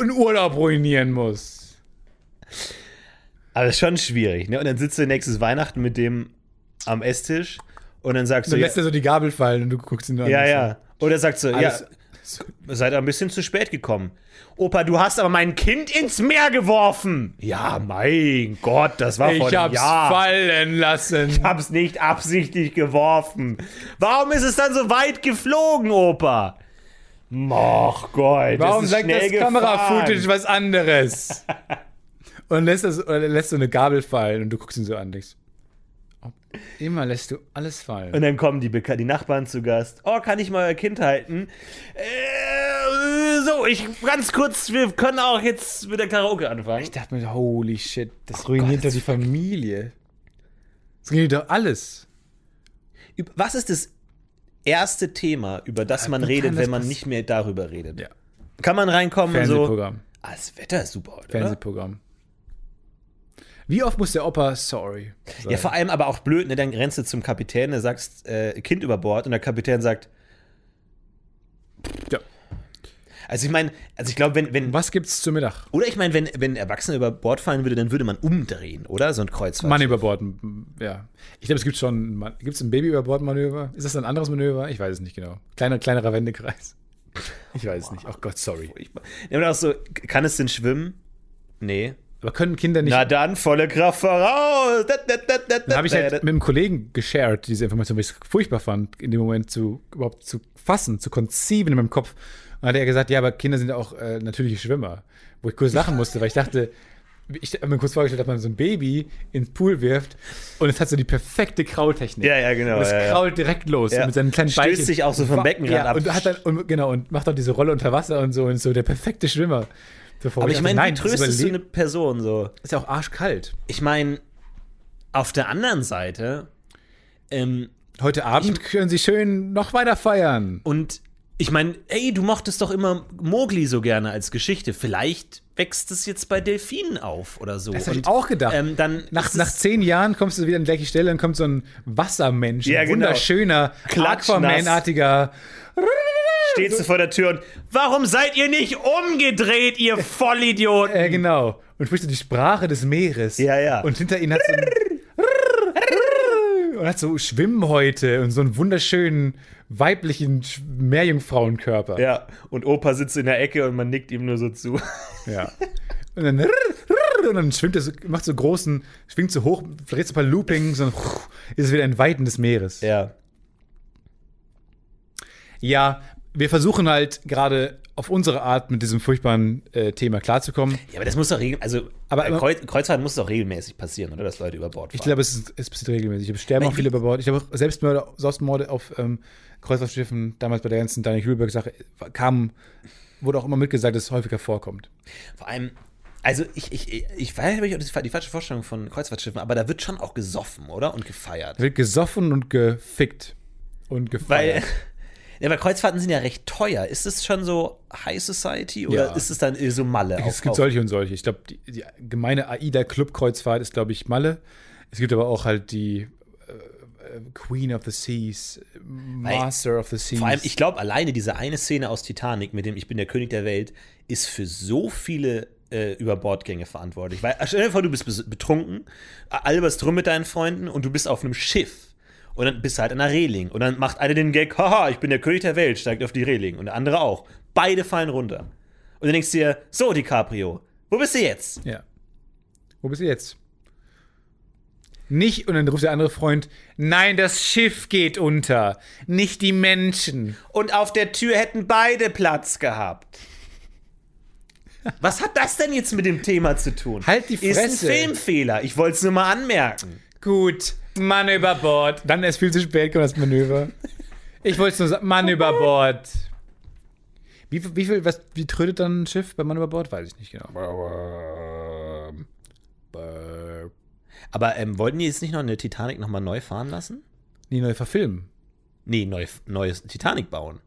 B: in Urlaub ruinieren muss.
C: Aber Also, das ist schon schwierig, ne? Und dann sitzt du nächstes Weihnachten mit dem am Esstisch und dann sagst du.
B: Dann
C: Ja,
B: lässt er so die Gabel fallen und du guckst ihn nur an.
C: ja, ja. Oder sagst du, ja,
B: Alles-
C: seid ein bisschen zu spät gekommen. Opa, du hast aber mein Kind ins Meer geworfen. Ja, mein Gott, das war vor
B: Ich
C: einem
B: hab's
C: Jahr.
B: fallen lassen.
C: hab's nicht absichtlich geworfen. Warum ist es dann so weit geflogen, Opa? Och Gott, es
B: Warum
C: ist
B: sagt das
C: schnell gefahren.
B: Kamerafotage was anderes? und dann lässt, das, oder lässt so eine Gabel fallen und du guckst ihn so an und denkst, ob- immer lässt du alles fallen.
C: Und dann kommen die, Beka die Nachbarn zu Gast. Oh, kann ich mal euer Kind halten? Äh, so, ich ganz kurz, wir können auch jetzt mit der Karaoke anfangen.
B: Ich dachte mir, holy shit,
C: Oh
B: das ruiniert doch die Familie. Das ruiniert doch alles.
C: Üb- Was ist das erste Thema, über das man
B: wie
C: redet,
B: kann das
C: wenn man
B: passi-
C: nicht mehr darüber redet?
B: Ja.
C: Kann man reinkommen und so?
B: Fernsehprogramm.
C: Ah, das Wetter ist super heute, oder?
B: Fernsehprogramm. Wie oft muss der Opa sorry sagen?
C: Ja, vor allem aber auch blöd, ne? Dann rennst du zum Kapitän, der sagst, äh, Kind über Bord und der Kapitän sagt,
B: Ja.
C: Also ich meine, also ich glaube, wenn, wenn,
B: Was gibt's zu Mittag?
C: oder ich meine, wenn, wenn ein Erwachsener über Bord fallen würde, dann würde man umdrehen, oder? So ein Kreuzfahrt.
B: Mann über Bord, m- ja. Ich glaube, es gibt schon, gibt es ein Baby über Bord Manöver? Ist das ein anderes Manöver? Ich weiß es nicht genau. Kleiner, kleinerer Wendekreis. Ich weiß es nicht. Oh Gott, sorry.
C: Ich, ja, und auch so, kann es denn schwimmen? Nee.
B: Aber können Kinder nicht.
C: Na dann, volle Kraft voraus.
B: Dann habe ich halt mit einem Kollegen geshared, diese Information, weil ich es furchtbar fand, in dem Moment zu überhaupt zu fassen, zu konziben in meinem Kopf. Und hat er gesagt, ja, aber Kinder sind ja auch äh, natürliche Schwimmer. Wo ich kurz lachen musste, weil ich dachte, ich habe mir kurz vorgestellt, dass man so ein Baby ins Pool wirft und es hat so die perfekte Kraultechnik.
C: Ja, ja, genau,
B: Und es
C: ja, ja.
B: krault direkt los
C: Ja.
B: und mit seinen kleinen
C: Stößt
B: Beinchen.
C: sich auch so vom Beckenrand
B: ja,
C: ab.
B: Und hat dann, und, genau, und macht auch diese Rolle unter Wasser und so und ist so der perfekte Schwimmer. Bevor
C: Aber ich
B: dachte,
C: meine, wie
B: nein, das
C: tröstest du eine
B: Überleben-
C: Person so?
B: Ist ja auch arschkalt.
C: Ich meine, auf der anderen Seite, ähm,
B: Heute Abend können sie schön noch weiter feiern.
C: und ich meine, ey, du mochtest doch immer Mowgli so gerne als Geschichte. Vielleicht wächst es jetzt bei Delfinen auf oder so.
B: Das habe
C: Und,
B: ich auch gedacht.
C: ähm, dann
B: nach,
C: ist
B: nach
C: es-
B: zehn Jahren kommst du wieder an die gleiche Stelle und kommt so ein Wassermensch,
C: Ja,
B: ein
C: genau.
B: wunderschöner,
C: Klatschnass.
B: Aquaman-artiger.
C: stehst du vor der Tür und warum seid ihr nicht umgedreht, ihr Vollidioten?
B: Äh, genau. Und spricht so die Sprache des Meeres.
C: Ja, ja.
B: Und hinter ihnen hat so ein und hat so Schwimmhäute und so einen wunderschönen weiblichen Sch- Meerjungfrauenkörper.
C: Ja, und Opa sitzt in der Ecke und man nickt ihm nur so zu.
B: Ja. Und dann, und dann schwimmt er so, macht so großen, schwingt so hoch, dreht so ein paar Loopings und ist es wieder ein Weiten des Meeres.
C: Ja.
B: Ja, wir versuchen halt gerade auf unsere Art mit diesem furchtbaren äh, Thema klarzukommen.
C: Ja, aber das muss doch regelmäßig, also
B: Aber-
C: äh, Kreuz, Kreuzfahrt muss doch regelmäßig passieren, oder? Dass Leute über Bord fahren.
B: Ich glaube, es, ist- es passiert regelmäßig. Ich sterben
C: Weil
B: auch viele
C: die-
B: über Bord. Ich glaube, auch Selbstmörder, Selbstmorde auf ähm, Kreuzfahrtschiffen, damals bei der ganzen Daniel Kühlberg-Sache, kam, wurde auch immer mitgesagt, dass es häufiger vorkommt.
C: Vor allem, also ich, ich, ich, ich weiß nicht, ob das die falsche Vorstellung von Kreuzfahrtschiffen, aber da wird schon auch gesoffen, oder? Und gefeiert.
B: Es wird gesoffen und gefickt und
C: Weil,
B: gefeiert.
C: ja, weil Kreuzfahrten sind ja recht teuer. Ist es schon so High Society oder
B: Ja.
C: ist es dann eh so Malle?
B: es gibt solche und solche. Ich glaube, die, die gemeine AIDA-Club-Kreuzfahrt ist, glaube ich, Malle. Es gibt aber auch halt die äh, äh, Queen of the Seas, Master of the Seas.
C: vor allem, ich glaube, alleine diese eine Szene aus Titanic mit dem Ich bin der König der Welt ist für so viele äh, Überbordgänge verantwortlich. Weil, also stell dir vor, du bist bes- betrunken, alberst rum mit deinen Freunden und du bist auf einem Schiff. Und dann bist du halt an der Reling. Und dann macht einer den Gag, haha, ich bin der König der Welt, steigt auf die Reling. Und der andere auch. Beide fallen runter. Und dann denkst du dir, so, DiCaprio, wo bist du jetzt?
B: Ja. Wo bist du jetzt? Nicht, und dann ruft der andere Freund, nein, das Schiff geht unter, nicht die Menschen.
C: Und auf der Tür hätten beide Platz gehabt. Was hat das denn jetzt mit dem Thema zu tun?
B: Halt die
C: Ist
B: Fresse.
C: ein Filmfehler. Ich wollte es nur mal anmerken.
B: Gut, Mann über Bord. Dann ist viel zu spät, kommt das Manöver. Ich wollte es nur sagen,
C: Oh
B: Mann über Bord. Wie, viel- wie viel, was, wie trödet dann ein Schiff bei Mann über Bord? Weiß ich nicht genau.
C: Aber ähm, wollten die jetzt nicht noch eine Titanic nochmal neu fahren lassen?
B: Nee, neu verfilmen.
C: Nee, neu, neues Titanic bauen.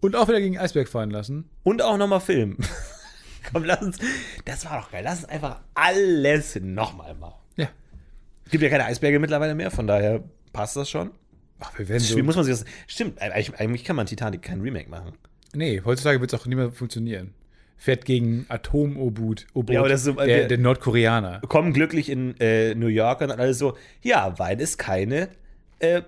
B: Und auch wieder gegen den Eisberg fahren lassen.
C: Und auch nochmal filmen. Komm, lass uns. Das war doch geil. Lass uns einfach alles nochmal machen.
B: Ja.
C: Es gibt ja keine Eisberge mittlerweile mehr, von daher passt das schon.
B: Ach, wir werden
C: Das
B: so.
C: Spiel muss man sich das. Stimmt, eigentlich, eigentlich kann man Titanic kein Remake machen.
B: Nee, heutzutage wird es auch nicht mehr funktionieren. Fährt gegen Atom-U-Boot. U-Boot,
C: Ja, aber das ist so- also
B: der, der Nordkoreaner.
C: kommen glücklich in äh, New York und alles so, ja, weil es keine, äh,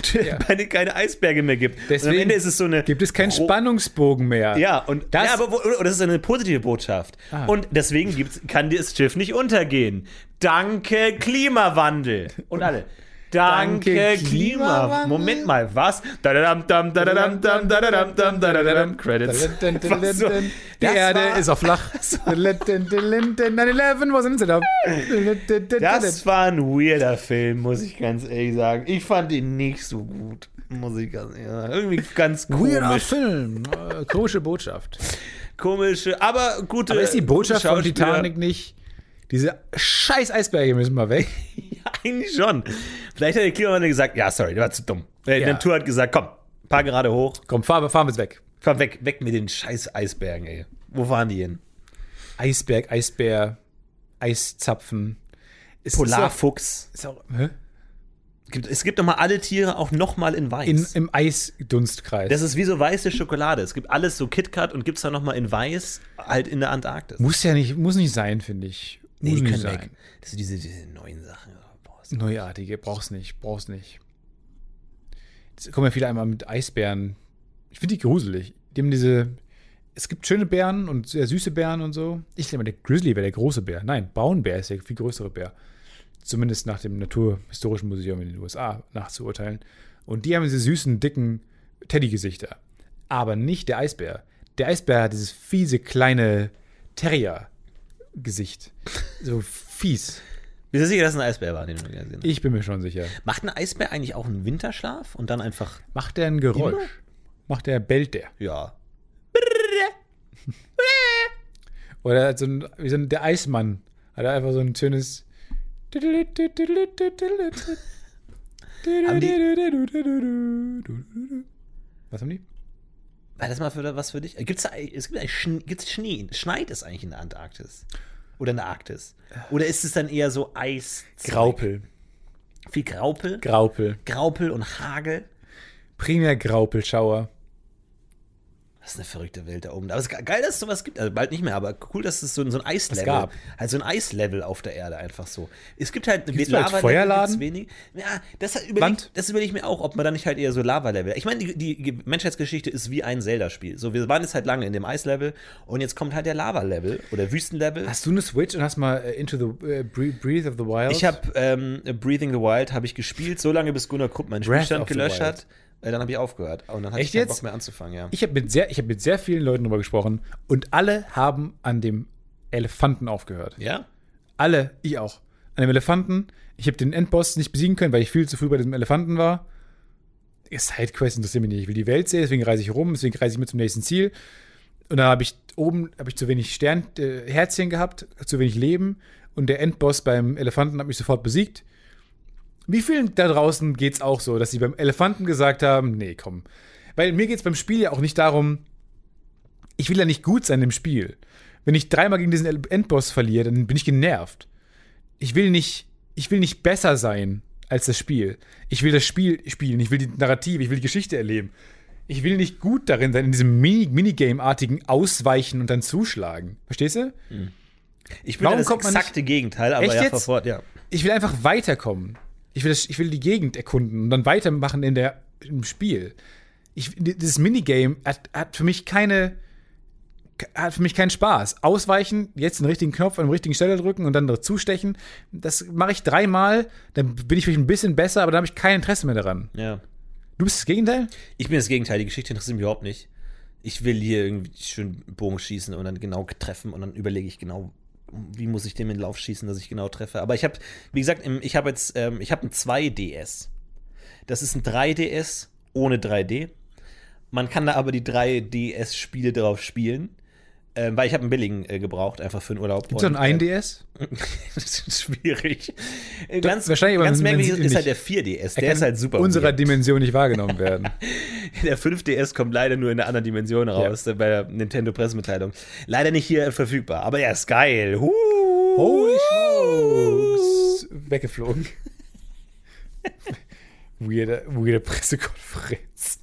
C: keine, keine Eisberge mehr gibt. und am
B: Deswegen
C: Ende ist es so eine.
B: Gibt es keinen
C: Ro-
B: Spannungsbogen mehr?
C: Ja, und
B: Das-
C: ja,
B: Ah.
C: aber wo, oder das ist eine positive Botschaft. Und deswegen gibt's, kann das Schiff nicht untergehen. Danke, Klimawandel. Und alle. Danke,
B: Danke,
C: Klimawandel.
B: Klimawandel.
C: Moment mal, was? Dadadam, dam, dadadam, dam, dadadam, dam, dadadam, Credits. Was so?
B: Die
C: Das
B: Erde
C: war-
B: ist auf flach. 9-11 was in setup.
C: Das war ein weirder Film, muss ich ganz ehrlich sagen. Ich fand ihn nicht so gut. Muss ich ganz ehrlich sagen. Irgendwie ganz
B: Weirder
C: komisch.
B: Film. Äh, Komische Botschaft.
C: Komische, aber gute.
B: Aber ist die Botschaft von
C: Schauspieler-
B: Titanic nicht, diese scheiß Eisberge müssen mal weg?
C: Eigentlich schon. Vielleicht hat der Klimawandel gesagt, ja, sorry, der war zu dumm. Äh, Die
B: Ja.
C: Natur hat gesagt, komm, paar gerade hoch,
B: Komm, fahren, fahren wir es weg.
C: komm weg, weg mit den scheiß Eisbergen, ey. Wo fahren die hin?
B: Eisberg, Eisbär, Eiszapfen. Es
C: Polarfuchs.
B: Ist auch, ist auch, hä?
C: Gibt- Es gibt nochmal alle Tiere auch nochmal in weiß.
B: In, Im Eisdunstkreis.
C: das ist wie so weiße Schokolade. Es gibt alles so KitKat und gibt's dann nochmal in weiß, halt in der Antarktis.
B: muss ja nicht, muss nicht sein, finde ich.
C: Nee,
B: muss
C: die
B: nicht
C: können
B: sein.
C: weg. Das sind diese, diese neuen Sachen. Boah, ist-
B: Neuartige, brauchst nicht, brauchst nicht. Jetzt kommen ja viele einmal mit Eisbären. Ich finde die gruselig. Die haben diese. Es gibt schöne Bären und sehr süße Bären und so. Ich denke mal, der Grizzly wäre der große Bär. Nein, Braunbär ist der viel größere Bär. Zumindest nach dem Naturhistorischen Museum in den USA nachzuurteilen. Und die haben diese süßen, dicken Teddy-Gesichter. Aber nicht der Eisbär. Der Eisbär hat dieses fiese, kleine Terrier-Gesicht. So fies.
C: Bist du sicher, dass es ein Eisbär war, den du gesehen hast?
B: Ich bin mir schon sicher.
C: Macht ein Eisbär eigentlich auch einen Winterschlaf und dann einfach,
B: Macht der ein Geräusch? Macht der, bellt der?
C: ja.
B: Oder hat so ein, wie so ein, der Eismann hat er einfach so ein schönes. Was haben die?
C: War das mal für, was für dich? Gibt's da, es gibt eigentlich Schn- gibt's Schnee. Schneit es eigentlich in der Antarktis? Oder in der Arktis? Oder ist es dann eher so Eis?
B: Graupel.
C: Viel Graupel?
B: Graupel.
C: Graupel und Hagel?
B: Primär Graupelschauer.
C: Das ist eine verrückte Welt da oben. Aber es ist ge- geil, dass es sowas gibt. Also bald nicht mehr, aber cool, dass es so, ein- so ein Eislevel
B: gab.
C: Halt so ein Eislevel auf der Erde einfach so. Es gibt halt
B: Gibt's da als Feuerladen?
C: Wenig. Ja, das überlege
B: Land?
C: das überleg ich mir auch, ob man da nicht halt eher so Lava-Level. Ich meine, die, die Menschheitsgeschichte ist wie ein Zelda-Spiel. So, wir waren jetzt halt lange in dem Eislevel und jetzt kommt halt der Lava-Level oder Wüstenlevel.
B: Hast du eine Switch und hast mal äh, Into the äh, Bre- Breathe of the Wild?
C: Ich habe ähm, Breathing the Wild habe ich gespielt, so lange bis Gunnar Krupp meinen
B: Breath
C: Spielstand
B: of the
C: gelöscht
B: Wild.
C: hat. Äh, dann habe ich aufgehört. Und dann hatte
B: Echt
C: ich keinen
B: jetzt?
C: Bock mehr anzufangen, ja.
B: Ich habe mit, sehr- ich hab mit sehr vielen Leuten darüber gesprochen und alle haben an dem Elefanten aufgehört.
C: ja?
B: Alle, ich auch. An dem Elefanten. Ich habe den Endboss nicht besiegen können, weil ich viel zu früh bei diesem Elefanten war. Sidequest interessiert mich nicht. Ich will die Welt sehen, deswegen reise ich rum, deswegen reise ich mit zum nächsten Ziel. Und dann habe ich oben hab ich zu wenig Stern, äh, Herzchen gehabt, zu wenig Leben. Und der Endboss beim Elefanten hat mich sofort besiegt. Wie vielen da draußen geht's auch so, dass sie beim Elefanten gesagt haben, nee, komm. Weil mir geht's beim Spiel ja auch nicht darum, ich will ja nicht gut sein im Spiel. Wenn ich dreimal gegen diesen Endboss verliere, dann bin ich genervt. Ich will nicht, ich will nicht besser sein als das Spiel. Ich will das Spiel spielen, ich will die Narrative, ich will die Geschichte erleben. Ich will nicht gut darin sein, in diesem Mini- Minigame-artigen Ausweichen und dann zuschlagen. Verstehst du?
C: Ich bin ja
B: Warum
C: das
B: kommt man
C: exakte Gegenteil, aber
B: Echt
C: ja,
B: jetzt?
C: sofort, ja.
B: Ich will einfach weiterkommen. Ich will, das, ich will die Gegend erkunden und dann weitermachen in der, im Spiel. Ich, dieses Minigame hat, hat für mich keine. Hat für mich keinen Spaß. Ausweichen, jetzt den richtigen Knopf an der richtigen Stelle drücken und dann dazustechen. Das mache ich dreimal, dann bin ich vielleicht ein bisschen besser, aber dann habe ich kein Interesse mehr daran.
C: ja.
B: Du bist das Gegenteil?
C: Ich bin das Gegenteil, die Geschichte interessiert mich überhaupt nicht. Ich will hier irgendwie schön Bogen schießen und dann genau treffen und dann überlege ich genau, wie muss ich dem in den Lauf schießen, dass ich genau treffe. Aber ich habe, wie gesagt, im- ich habe jetzt, ähm, ich habe ein 2DS. Das ist ein 3DS ohne 3D. Man kann da aber die 3DS-Spiele drauf spielen. Ähm, weil ich habe einen billigen äh, gebraucht, einfach für den Urlaub.
B: Gibt's da
C: Und,
B: einen
C: ähm,
B: 1DS?
C: das ist schwierig. Ganz,
B: wahrscheinlich, aber
C: ganz
B: man- man
C: merkwürdig
B: sieht ihn
C: ist halt der
B: nicht.
C: 4DS.
B: Er
C: Der
B: kann
C: ist halt super.
B: Unserer
C: weird.
B: Dimension nicht wahrgenommen werden.
C: Der 5DS kommt leider nur in einer anderen Dimension raus, äh, bei der Nintendo Pressemitteilung. Leider nicht hier verfügbar, aber er ist geil. Huh.
B: Holy smokes! Weggeflogen. weirde, weirde Pressekonferenz.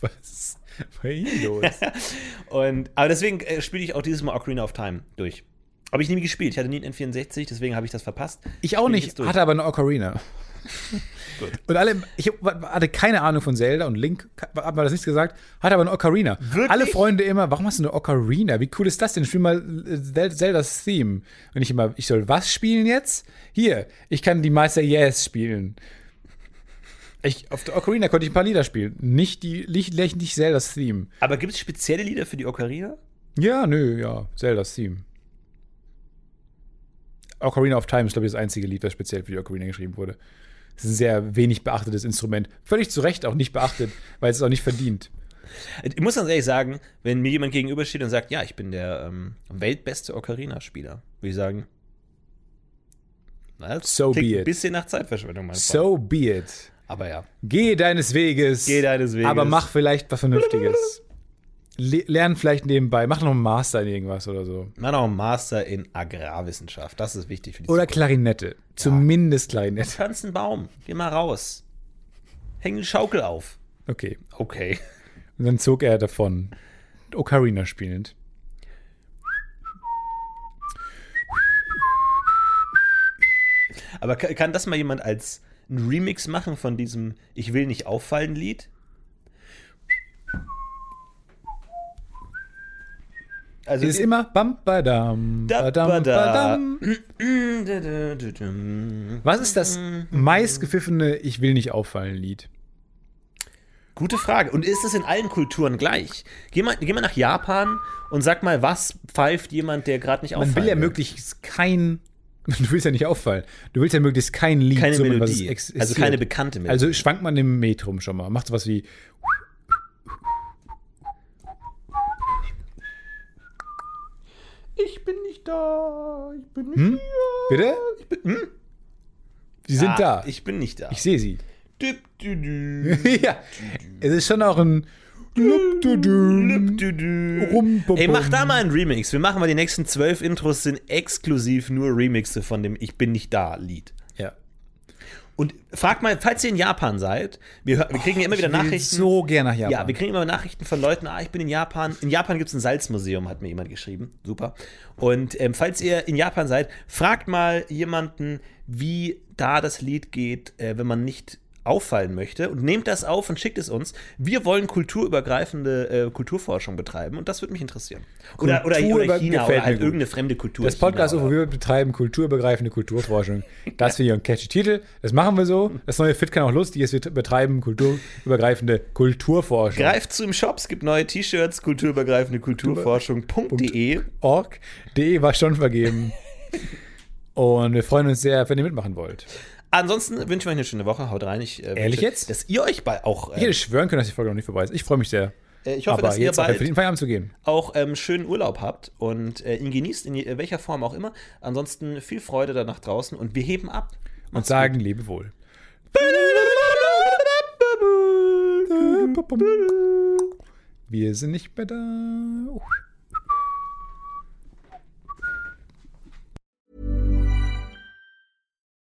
B: Was war hier los?
C: Und, aber deswegen äh, spiele ich auch dieses Mal Ocarina of Time durch. Habe ich nie gespielt. Ich hatte nie einen N64, deswegen habe ich das verpasst.
B: Ich auch
C: Spiel
B: nicht,
C: jetzt durch.
B: hatte aber eine Ocarina. und alle, ich hab- hatte keine Ahnung von Zelda und Link, hat man das nicht gesagt, hatte aber eine Ocarina.
C: Wirklich?
B: Alle Freunde immer, warum hast du eine Ocarina? Wie cool ist das denn? Spiel mal äh, Zel- Zeldas Theme. Und ich immer, ich soll was spielen jetzt? Hier, ich kann die Meister Yes spielen. Ich, auf der Ocarina konnte ich ein paar Lieder spielen. Nicht die, nicht, nicht Zeldas Theme.
C: Aber gibt es spezielle Lieder für die Ocarina?
B: Ja, nö, ja, Zeldas Theme. Ocarina of Time ist, glaube ich, das einzige Lied, das speziell für die Ocarina geschrieben wurde. Es ist ein sehr wenig beachtetes Instrument. Völlig zu Recht auch nicht beachtet, weil es es auch nicht verdient.
C: Ich muss ganz ehrlich sagen, wenn mir jemand gegenübersteht und sagt, ja, ich bin der ähm, weltbeste Ocarina-Spieler, würde ich sagen, na, das
B: So
C: klingt
B: be
C: ein
B: it.
C: bisschen nach Zeitverschwendung, mein Freund.
B: So be it.
C: Aber ja.
B: Geh deines Weges.
C: Geh deines Weges.
B: Aber mach vielleicht was Vernünftiges. le lern vielleicht nebenbei, mach noch einen Master in irgendwas oder so.
C: Mach noch einen Master in Agrarwissenschaft. Das ist wichtig für die
B: Oder Klarinette. Zumindest Klarinette.
C: Pflanzen einen Baum. Geh mal raus. Häng eine Schaukel auf.
B: Okay.
C: Okay.
B: Und dann zog er davon. Ocarina spielend.
C: Aber kann, kann das mal jemand als ein Remix machen von diesem Ich will nicht auffallen Lied? Also
B: Ist immer bam badam,
C: Da,
B: badam,
C: bada.
B: badam. Was ist das
C: Mhm.
B: meistgepfiffene Ich will nicht auffallen Lied?
C: Gute Frage. Und ist es in allen Kulturen gleich? Geh mal, geh mal nach Japan und sag mal, was pfeift jemand, der gerade nicht auffallen
B: Man will ja möglichst kein. Du willst ja nicht auffallen. Du willst ja möglichst kein Lied
C: Keine
B: summen, was
C: Melodie.
B: es
C: Also keine bekannte Melodie.
B: Melodie. Also schwankt man im Metrum schon mal. Macht sowas wie.
C: Ich bin nicht da. Ich bin nicht
B: Hm? Bitte?
C: hm?
B: Sie sind
C: da.
B: da. Ich,
C: Ah, Ich bin nicht da.
B: sehe sie.
C: Düp, dü, dü.
B: ja. Es ist schon auch ein.
C: Lüp, dü, dü.
B: Rum, bum,
C: Ey, mach
B: bum.
C: da mal einen Remix. Wir machen mal die nächsten zwölf Intros, sind exklusiv nur Remixe von dem Ich bin nicht da Lied.
B: Ja.
C: Und frag mal, falls ihr in Japan seid, wir, hör- wir kriegen ja immer wieder
B: Ich will
C: Nachrichten.
B: So gerne nach Japan.
C: Ja, wir kriegen immer Nachrichten von Leuten, ah, ich bin in Japan. In Japan gibt es ein Salzmuseum, hat mir jemand geschrieben. Super. Und ähm, falls ihr in Japan seid, fragt mal jemanden, wie da das Lied geht, äh, wenn man nicht auffallen möchte. Und nehmt das auf und schickt es uns. Wir wollen kulturübergreifende äh, Kulturforschung betreiben und das würde mich interessieren. Oder, oder,
B: Kultur
C: oder
B: über-
C: China
B: gefällt
C: oder
B: mir
C: halt
B: gut.
C: irgendeine fremde Kultur.
B: das Podcast,
C: China,
B: wo
C: oder-
B: wir betreiben kulturübergreifende Kulturforschung. Das finde ich ein catchy Titel. Das machen wir so. Das neue Fit kann auch lustig ist. Wir t- betreiben kulturübergreifende Kulturforschung.
C: Greift zu im Shop, es gibt neue T-Shirts, kulturübergreifende Kulturforschung.de.
B: org.de war schon vergeben. Und wir freuen uns sehr, wenn ihr mitmachen wollt.
C: Ansonsten wünschen wir euch eine schöne Woche. Haut rein. Ich, äh,
B: Ehrlich
C: wünsche,
B: jetzt?
C: Dass ihr euch bei auch.
B: Ich hätte
C: Äh,
B: schwören können, dass die Folge noch nicht vorbei ist. Ich freue mich sehr.
C: äh, ich hoffe,
B: Aber
C: dass ihr
B: jetzt auch für
C: bald
B: den Feierabend zu gehen.
C: auch ähm, schönen Urlaub habt und äh, ihn genießt, in je- äh, welcher Form auch immer. Ansonsten viel Freude danach draußen und wir heben ab.
B: Und sagen, lebe wohl. Wir sind nicht mehr da.